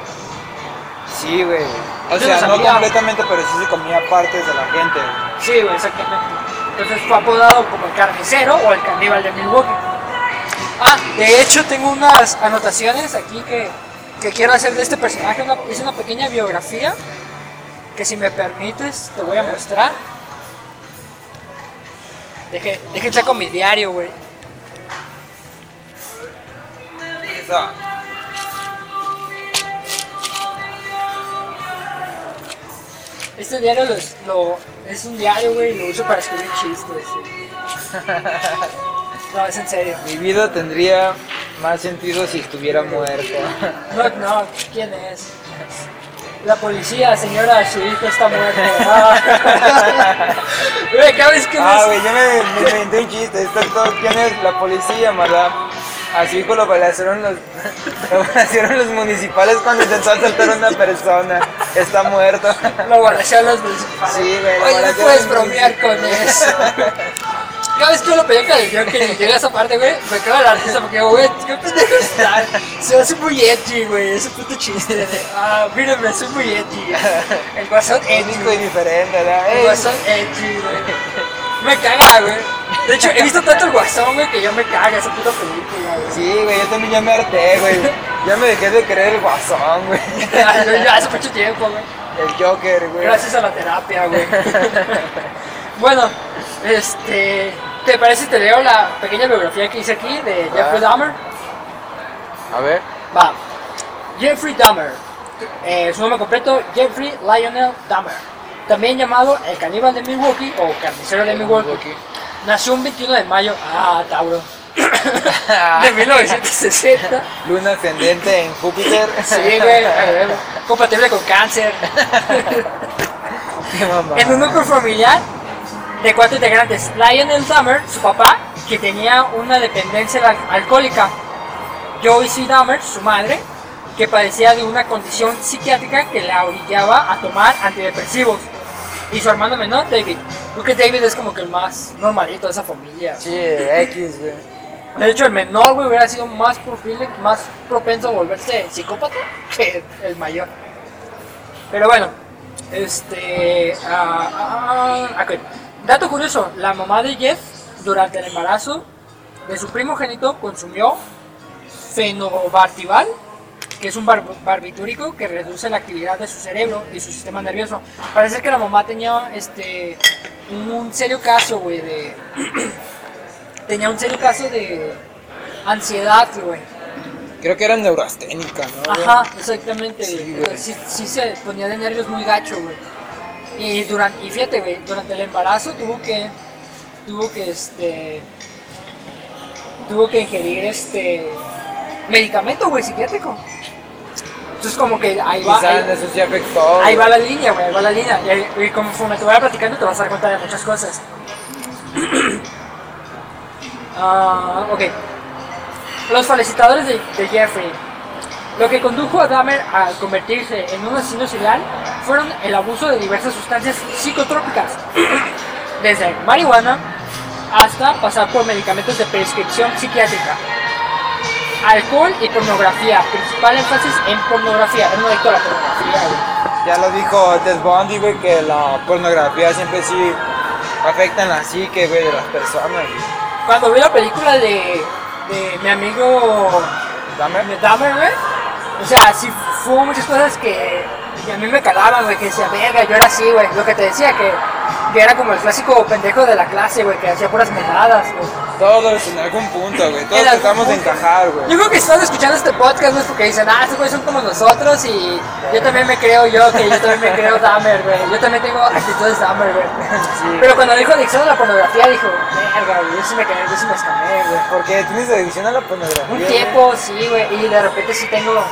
S1: Sí, güey. O
S2: Yo
S1: sea,
S2: no
S1: no
S2: sabía.
S1: completamente, pero sí se comía partes de la gente. güey.
S2: Sí, güey, exactamente. Entonces fue apodado como el carnicero o el caníbal de Milwaukee. Ah, de hecho tengo unas anotaciones aquí que, que quiero hacer de este personaje. Una- hice una pequeña biografía que si me permites te voy a mostrar. Deje, deje saco mi diario, güey.
S1: O sea,
S2: Este diario lo, es- lo- es un diario, güey, y lo uso para escribir chistes. güey. no, es en serio.
S1: mi vida tendría más sentido si estuviera muerto.
S2: Knock, knock, ¿quién es? La policía, señora, su hijo está muerto. Ah. Güey, cada vez que
S1: ah,
S2: ves-
S1: güey, yo me me inventé un chiste. Está todo, ¿Quién es la policía, madame? Así como lo balacearon los, lo balacearon los municipales cuando intentó asaltar a una persona. Está muerto.
S2: lo guardachean los municipales.
S1: Sí, güey, lo
S2: Oye, no
S1: guardachean
S2: puedes
S1: los
S2: bromear con
S1: municipales.
S2: eso. Cada vez que lo pedí que yo que llega a esa parte, güey, me cago en la risa porque, güey, qué pendejo está. Se hace muy edgy, güey, ese puto chiste. de, Ah, mírenme, soy muy edgy. El guasón edgy.
S1: Único
S2: güey.
S1: y diferente, ¿verdad?
S2: El
S1: Ey,
S2: guasón edgy, güey. Me caga, güey. De hecho, he visto tanto el guasón, güey, que ya me caga esa puta película, güey.
S1: Sí, güey, yo también ya me harté, güey. Ya me dejé de creer el guasón, güey.
S2: Ya, yo- ya hace mucho tiempo, güey.
S1: El Joker, güey.
S2: Gracias a la terapia, güey. bueno, este. ¿Te parece si te leo la pequeña biografía que hice aquí de Jeffrey
S1: Va.
S2: Dahmer?
S1: A ver.
S2: Va. Jeffrey Dahmer. Eh, su nombre completo, Jeffrey Lionel Dahmer. También llamado el caníbal de Milwaukee o carnicero de Milwaukee. Nació un 21 de mayo. Ah, Tauro. de 1960.
S1: Luna ascendente en Júpiter.
S2: Sí, güey. eh, Compatible con cáncer.
S1: Qué mamá.
S2: En un núcleo familiar de cuatro integrantes, Lionel Dahmer, su papá, que tenía una dependencia al- alcohólica, Joey C. Dahmer, su madre, que padecía de una condición psiquiátrica que la orillaba a tomar antidepresivos, y su hermano menor, David. Creo que David es como que el más normalito de esa familia.
S1: Sí, X, güey.
S2: De hecho, el menor, güey, hubiera sido más, propible- más propenso a volverse psicópata que el mayor. Pero bueno, este. ah, ah, ah, ok. Dato curioso: la mamá de Jeff, durante el embarazo de su primogénito, consumió fenobarbital, que es un bar- barbitúrico que reduce la actividad de su cerebro y su sistema nervioso. Parece que la mamá tenía este un serio caso, güey, de tenía un serio caso de ansiedad, güey.
S1: Creo que era neurasténica, ¿no? güey?
S2: Ajá, exactamente.
S1: Ah. Sí,
S2: Sí,
S1: güey.
S2: sí se ponía de nervios muy gacho, güey. Y, durante, y fíjate, güey, durante el embarazo tuvo que, tuvo que, este, tuvo que ingerir, este, medicamento, güey, psiquiátrico. Entonces como que ahí va,
S1: Quizás
S2: ahí-
S1: eso sí afectó. güey.
S2: Ahí va la línea, güey, ahí va la línea. Y, ahí- y conforme te vaya platicando te vas a dar cuenta de muchas cosas. Ah, ok. Los felicitadores de, de Jeffrey. Lo que condujo a Dahmer a convertirse en un asesino serial fueron el abuso de diversas sustancias psicotrópicas, desde marihuana hasta pasar por medicamentos de prescripción psiquiátrica alcohol y pornografía. Principal énfasis en pornografía. Es un adicto a la pornografía, güey.
S1: Ya lo dijo Ted Bundy, güey, que la pornografía siempre sí afecta en la psique, güey, de las personas. güey.
S2: Cuando vi la película de, de mi amigo
S1: Dame.
S2: de Dahmer, güey, o sea, sí fue muchas cosas que, que a mí me calaban, güey, que decía, verga, yo era así, güey. Lo que te decía, que yo era como el clásico pendejo de la clase, güey, que hacía puras mentadas, güey.
S1: Todos en algún punto, güey. Todos
S2: En algún
S1: tratamos de
S2: punto.
S1: encajar, güey.
S2: Yo creo que están escuchando este podcast, güey, porque dicen, ah, estos güeyes son como nosotros y yo también me creo yo, que yo también me creo Dahmer, güey. Yo también tengo actitudes Dahmer, güey. Pero cuando dijo adicción a la pornografía, dijo, verga, güey, yo sí me quedé, yo sí me escamé, güey.
S1: Porque tienes adicción a la pornografía.
S2: Un
S1: güey.
S2: tiempo, sí, güey, y de repente sí tengo,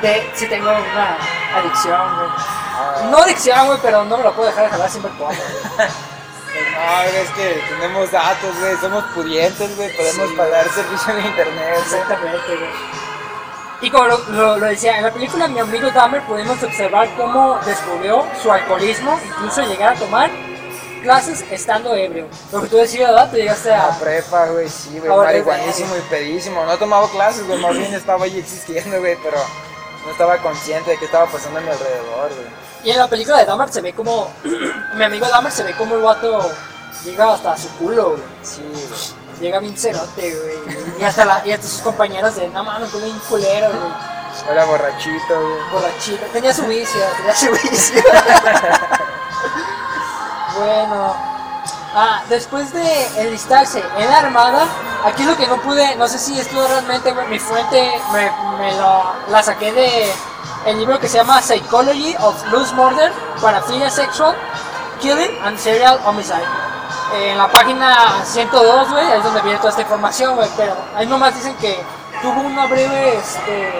S2: de, sí tengo una adicción, güey. No adicción, güey, pero no me lo puedo dejar de jalar siempre como, güey.
S1: Pues No, güey, es que tenemos datos, güey. Somos pudientes, güey. Podemos
S2: Sí, güey.
S1: pagar servicio de internet, güey.
S2: Exactamente, güey. Y como lo, lo- lo decía, en la película Mi amigo Dahmer pudimos observar cómo descubrió su alcoholismo, incluso llegar a tomar clases estando ebrio. Lo que tú decías, ¿verdad? Tú llegaste a...
S1: La prepa, güey, sí, güey,
S2: Ahora,
S1: marihuanísimo y pedísimo. No tomaba clases, güey, más bien estaba ahí existiendo, güey, pero no estaba consciente de qué estaba pasando a mi alrededor, güey.
S2: Y en la película de Dahmer se ve como... mi amigo Dahmer se ve como el vato llega hasta su culo, güey.
S1: Sí, güey.
S2: Llega bien cerote, güey. Y hasta, la, y hasta sus compañeras de, no mames, como bien culero, güey.
S1: Era borrachito, güey.
S2: Borrachito. Tenía su vicio, tenía su vicio. bueno. Ah, después de enlistarse en la armada, aquí lo que no pude, no sé si esto realmente güey, mi fuente, me, me lo, la saqué de el libro que se llama Psychology of Loose Murder, Paraphilia Sexual, Killing and Serial Homicide. Eh, en la página 102, güey, es donde viene toda esta información, güey, pero ahí nomás dicen que tuvo una breve, este,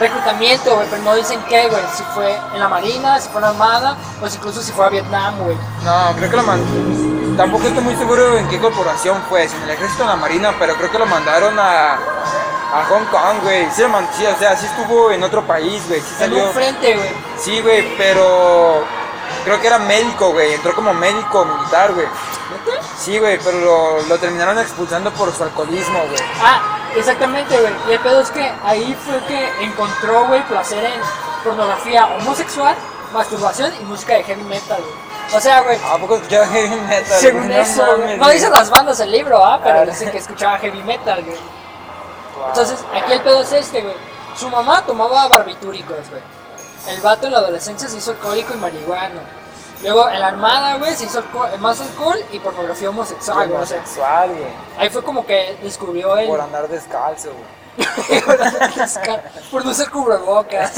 S2: reclutamiento, güey, pero no dicen qué, güey, si fue en la Marina, si fue en la Armada, o si incluso si fue a Vietnam, güey.
S1: No, creo que lo mandaron. Tampoco estoy muy seguro en qué corporación fue, si en el ejército o en la marina, pero creo que lo mandaron a, a Hong Kong, güey. Sí, lo man- sí, o sea, sí estuvo en otro país, güey. Sí
S2: En
S1: salió.
S2: un frente, güey.
S1: Sí, güey, pero creo que era médico, güey. Entró como médico militar, güey. Sí, güey, pero lo, lo terminaron expulsando por su alcoholismo, güey.
S2: Ah, exactamente, güey. Y el pedo es que ahí fue que encontró, güey, placer en pornografía homosexual, masturbación y música de heavy metal, güey. O sea, güey,
S1: ¿A poco escuchaba heavy metal? güey?
S2: según eso, güey.
S1: mames,
S2: no
S1: güey.
S2: dicen las bandas del libro, ¿ah? Pero
S1: Ah.
S2: dicen que escuchaba heavy metal, güey. Entonces, aquí el pedo es este, güey. Su mamá tomaba barbitúricos, güey. El vato en la adolescencia se hizo alcohólico y marihuano. Luego, en la armada, güey, se hizo alco- más alcohol y pornografía homosexual, güey. O sea,
S1: Homosexual, güey.
S2: ahí fue como que descubrió el...
S1: Por andar descalzo, güey.
S2: Por no ser cubrebocas.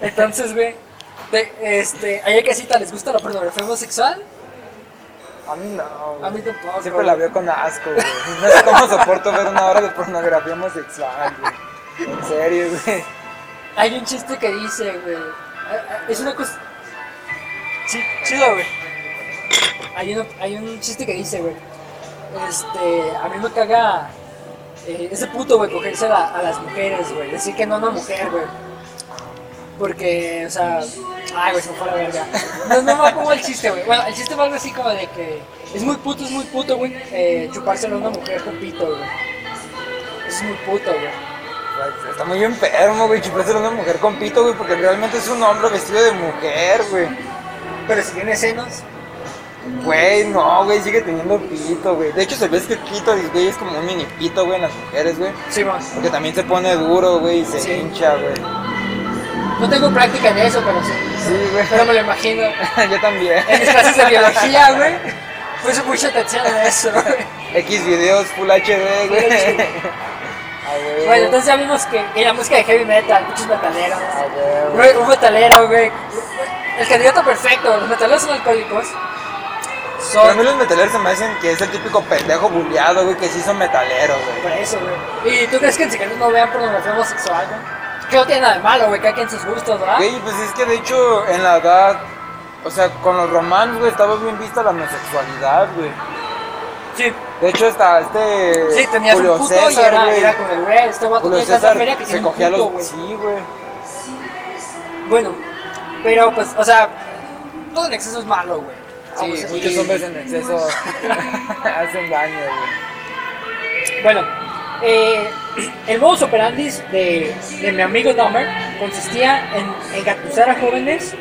S2: Entonces, güey, te- este, ¿a ella casita les gusta la pornografía homosexual?
S1: A mí no. güey.
S2: A mí tampoco,
S1: Siempre
S2: güey.
S1: la veo con asco, güey. No sé cómo soporto ver una hora de pornografía homosexual, güey. En serio, güey.
S2: Hay un chiste que dice, güey. a- a- Es una cosa. Sí, chido, güey. Hay, uno- hay un chiste que dice, güey. Este, a mí me caga eh, ese puto, güey, cogerse a, la- a las mujeres, güey. Decir que no a una mujer, güey. Porque, o sea. Ay, güey, se me fue la verga. No, no me acuerdo el chiste, güey. Bueno, el chiste va algo así como de que es muy puto, es muy puto, güey. Eh, chupárselo a una mujer con pito, güey. Es muy puto, güey.
S1: Güey, Está muy enfermo, güey. Chupárselo a una mujer con pito, güey, porque realmente es un hombre vestido de mujer, güey.
S2: Pero si tiene senos.
S1: Güey, no, güey, sigue teniendo pito, güey. De hecho, se ve que el pito, güey, es como un mini pito, güey, en las mujeres, güey.
S2: Sí, más.
S1: Porque también se pone duro, güey, y se
S2: Sí.
S1: hincha, güey.
S2: No tengo práctica en eso, pero sí.
S1: Sí, güey.
S2: Pero me lo imagino. En
S1: Yo también.
S2: mis clases de biología, güey. Puse mucha atención a eso, güey.
S1: X videos, Full HD, güey. A huevo.
S2: Bueno, entonces ya vimos que y la música de heavy metal, muchos metaleros.
S1: A huevo.
S2: Güey, Un metalero, güey. El candidato perfecto. Los metaleros son alcohólicos.
S1: Para mí
S2: Son.
S1: los metaleros se me hacen que es el típico pendejo bulleado, güey, que sí son metaleros,
S2: Por
S1: güey.
S2: eso, güey. ¿Y tú crees que en cigarros no vean pornografía homosexual, güey? Que no tiene nada de malo, güey. Cada quien sus gustos, ¿verdad?
S1: Güey, pues es que de hecho en la edad, o sea, con los romanos, güey, estaba bien vista la homosexualidad, güey.
S2: Sí.
S1: De hecho, hasta este
S2: Sí, tenías un puto y era, era como el güey. Este guato
S1: Julio
S2: tiene tanta
S1: César
S2: feria que
S1: se
S2: tiene un
S1: cogía
S2: puto,
S1: los...
S2: güey.
S1: Sí, güey.
S2: Bueno, pero pues, o sea, todo en exceso es malo, güey. Vamos
S1: Sí,
S2: a
S1: muchos
S2: seguir.
S1: hombres en exceso hacen daño, güey.
S2: Bueno, eh, el modus operandi de, de mi amigo Dahmer consistía en engatusar a jóvenes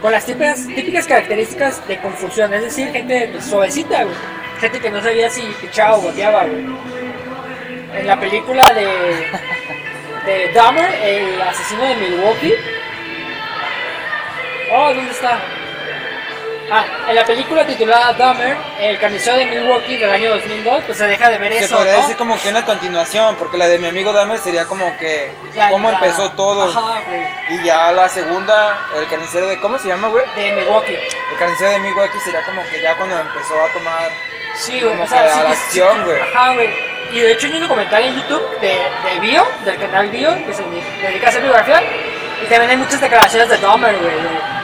S2: con las típicas, típicas características de confusión, es decir, gente pues, suavecita, güey. Gente que no sabía si pichaba o boteaba, güey. En la película de, de Dahmer, el asesino de Milwaukee. Oh, ¿dónde está? Ah, en la película titulada Dahmer, el carnicero de Milwaukee del año 2002, pues se deja de ver
S1: Se
S2: eso,
S1: podría
S2: ¿no?
S1: decir como que una continuación, porque la de mi amigo Dahmer sería como que
S2: La-
S1: cómo
S2: la-
S1: empezó todo.
S2: Ajá, güey.
S1: Y ya la segunda, el carnicero de... ¿Cómo se llama, güey?
S2: De Milwaukee.
S1: El carnicero de amigo aquí sería como que ya cuando empezó a tomar.
S2: Sí, güey.
S1: Como
S2: O sea,
S1: que
S2: sí,
S1: a la
S2: sí,
S1: acción,
S2: sí,
S1: güey.
S2: Ajá, güey. Y de hecho hay un documental en YouTube de, de Bio, del canal Bio, que se dedica a hacer biografía. Y también hay muchas declaraciones de Dahmer, güey.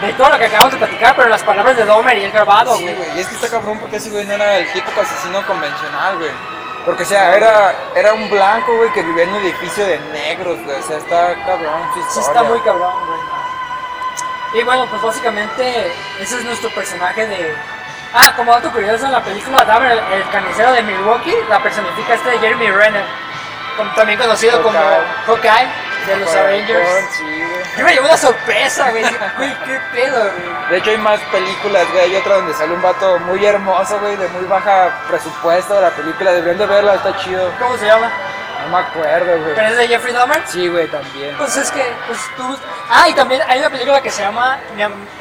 S2: De, de todo lo que acabamos de platicar, pero las palabras de Dahmer y el grabado,
S1: Sí,
S2: güey.
S1: güey. Y es que está cabrón porque ese güey no era el típico asesino convencional, güey. Porque, o sea, era, era un blanco, güey, que vivía en un edificio de negros, güey. O sea, está cabrón. su
S2: Sí,
S1: historia.
S2: está muy cabrón, güey. Y bueno, pues básicamente ese es nuestro personaje de... Ah, como dato curioso, en la película Dahmer, el, el carnicero de Milwaukee, la personifica este Jeremy Renner, con- también conocido como Hawkeye de los Avengers.
S1: Sí, güey.
S2: Yo me llevo una sorpresa, güey. Güey, qué pedo, güey.
S1: De hecho hay más películas, güey. Hay otra donde sale un vato muy hermoso, güey, de muy baja presupuesto. La película deberían de verla, está chido.
S2: ¿Cómo se llama?
S1: No me acuerdo,
S2: ¿Pero
S1: güey.
S2: es de Jeffrey Dahmer?
S1: Sí, güey, también.
S2: Pues es que, pues tú. Ah, y también hay una película que se llama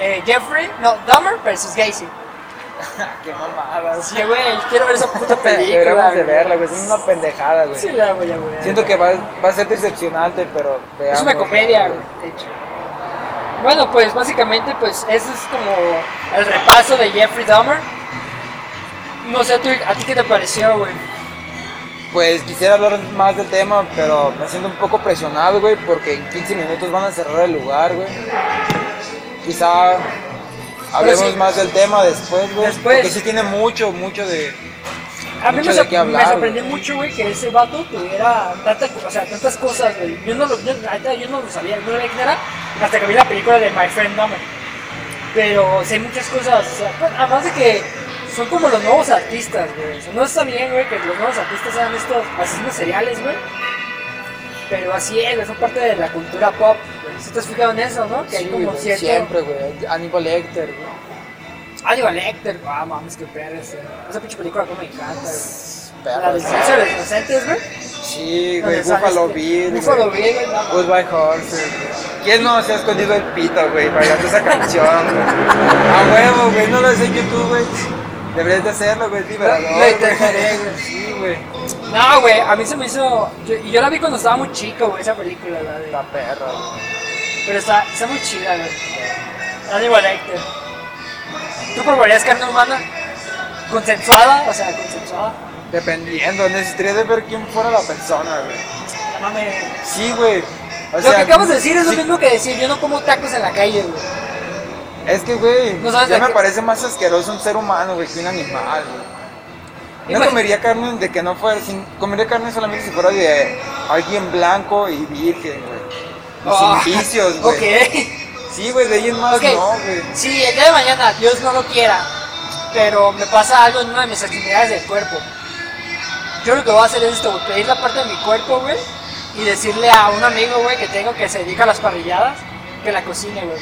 S2: eh, Jeffrey, no, Dahmer versus Gacy.
S1: Qué mamada. güey.
S2: Sí, güey, quiero ver esa puta película.
S1: Deberíamos de verla, güey. Es una pendejada, güey.
S2: Sí, la voy a ver.
S1: Siento que va, va a ser decepcionante, pero veamos.
S2: Es una comedia, güey, de hecho. Bueno, pues básicamente, pues eso es como el repaso de Jeffrey Dahmer. No sé, ¿a ti- ¿a ti qué te pareció, güey?
S1: Pues quisiera hablar más del tema, pero me siento un poco presionado, güey, porque en 15 minutos van a cerrar el lugar, güey. Quizá hablemos
S2: sí.
S1: más del tema después, güey.
S2: Después.
S1: Porque sí tiene mucho, mucho de...
S2: A mí
S1: mucho
S2: me,
S1: de
S2: sor-
S1: qué hablar,
S2: me sorprendió
S1: güey.
S2: mucho, güey, que ese vato tuviera tantas, o sea, tantas cosas, güey. Yo no lo, yo, la neta, yo no lo sabía, no sabía quién era hasta que vi la película de My Friend Dahmer. Pero sé muchas cosas, o sea, pues, además de que son como los nuevos artistas, güey. O sea, no está bien, güey, que los nuevos artistas sean estos asesinos seriales, güey. Pero así es, güey, son parte de la cultura pop. güey. Si te has fijado en eso, ¿no? Que hay
S1: Sí,
S2: como
S1: güey,
S2: cierto...
S1: Siempre, güey. Aníbal Lecter, güey.
S2: Aníbal Lecter, ah, mames, qué perro ese. Esa pinche película como me encanta, güey. La
S1: Perro,
S2: del silencio de los inocentes, güey.
S1: Sí, güey.
S2: Donde sale
S1: Buffalo
S2: este-
S1: Bill,
S2: Buffalo
S1: güey. Pues-
S2: Bill, güey, no, mames.
S1: Goodbye Horses, güey. ¿Quién no se ha escondido el pito, güey, bailando esa canción, güey? A huevo, güey. No lo haces en YouTube, güey. Deberías de hacerlo, güey. Es liberador,
S2: Lo
S1: güey.
S2: intentaré, güey.
S1: Sí, güey.
S2: No, güey, a mí se me hizo. yo- Y yo, la vi cuando estaba muy chico, güey, esa película, la de.
S1: La perra, güey.
S2: Pero está, está muy chida, güey. Aníbal Lecter. ¿Tú probarías carne humana? Consensuada, o sea, consensuada.
S1: Dependiendo, necesitaría de ver quién fuera la persona, güey.
S2: No mames.
S1: Sí, güey. O
S2: Lo
S1: sea,
S2: que acabas de decir es lo
S1: sí,
S2: mismo que decir, yo no como tacos en la calle, güey.
S1: Es que, güey,
S2: No sabes
S1: ya
S2: de
S1: me
S2: qué-
S1: parece más asqueroso un ser humano, güey, que un animal, güey. No
S2: Imagi-
S1: comería carne de que no fuera, sin- comería carne solamente si fuera de alguien blanco y virgen, güey. Y
S2: Ah,
S1: sin vicios, güey.
S2: Ok.
S1: Sí, güey, de ahí en más
S2: Ok,
S1: no, güey.
S2: si el día de mañana, Dios no lo quiera, pero me pasa algo en una de mis actividades del cuerpo, yo lo que voy a hacer es esto, güey, pedir la parte de mi cuerpo, güey, y decirle a un amigo, güey, que tengo que se dedica a las parrilladas, que la cocine, güey,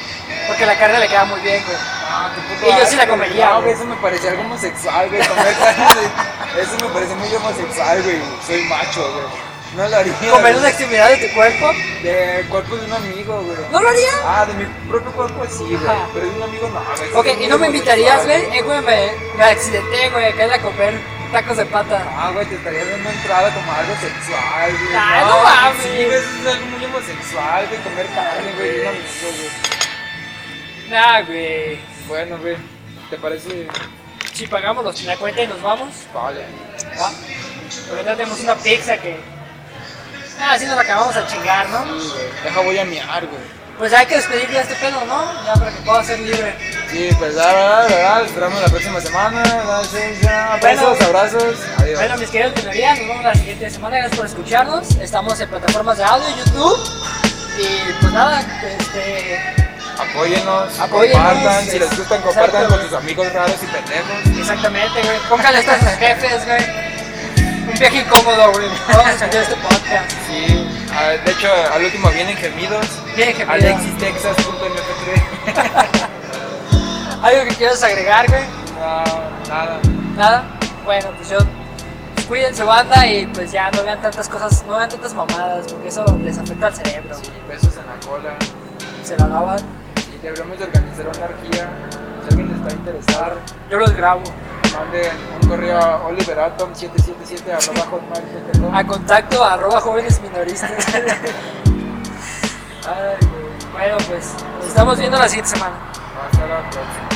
S2: porque la carne le queda muy bien, güey. Y yo sí la comería,
S1: No,
S2: güey.
S1: güey, eso me parece algo homosexual, güey, comer carne. de- Eso me parece muy homosexual, güey. Soy macho, güey. No lo haría.
S2: Comer
S1: güey.
S2: una extremidad de tu cuerpo,
S1: De cuerpo de un amigo, güey.
S2: ¿no lo haría?
S1: Ah, de mi propio cuerpo sí, güey.
S2: Ajá.
S1: Pero de un amigo no, güey.
S2: Ok,
S1: Eso es
S2: y no
S1: muy
S2: me invitarías, güey,
S1: homosexual,
S2: eh, güey, me, me accidenté, güey, acá a comer tacos de pata.
S1: Ah, güey, te estaría dando entrada como algo sexual, güey.
S2: Ay, Ah, no mames.
S1: Sí, güey, eso es algo muy homosexual, güey. Comer carne, güey, de un amigo, güey.
S2: Nah, güey,
S1: Bueno, güey. ¿Te parece?
S2: si pagamos los- la cuenta y nos vamos.
S1: Vale.
S2: Ah, Ahorita tenemos una pizza que. Ah, así nos la acabamos a chingar, ¿no?
S1: Sí, güey. Deja voy a miar, güey.
S2: Pues hay que despedir ya este pedo, ¿no? Ya para que pueda ser libre.
S1: Sí, pues ya, verdad, verdad. Esperamos la próxima semana. Gracias, ya.
S2: Bueno,
S1: Besos,
S2: güey.
S1: abrazos. Adiós.
S2: Bueno, mis queridos minorías, nos vemos la siguiente semana. Gracias por escucharnos. Estamos en plataformas de audio, YouTube. Y pues nada, este.
S1: Apóyennos,
S2: Apóyennos,
S1: compartan. Si les gustan, compartan
S2: exacto,
S1: con
S2: güey.
S1: sus amigos raros y pendejos.
S2: Exactamente, güey. Pónganle esto a sus jefes, güey. Un viaje incómodo, güey. Vamos a escuchar este podcast.
S1: Sí, ah, de hecho, al último vienen gemidos.
S2: Bien, jefe.
S1: AlexisTexas.mp3.
S2: ¿Algo que quieras agregar, güey?
S1: No, nada.
S2: Nada. Bueno, pues yo. pues Cuídense, banda, y pues ya no vean tantas cosas, no vean tantas mamadas, porque eso les afecta al cerebro.
S1: Sí, besos en la cola.
S2: Se la lavan.
S1: Sí, deberíamos de organizar una orgía. Si alguien está interesado,
S2: Yo los grabo.
S1: manden un correo a oliveratom777
S2: A contacto arroba jóvenes minoristas. Ay, güey. bueno, pues nos estamos viendo la siguiente semana.
S1: Hasta la próxima.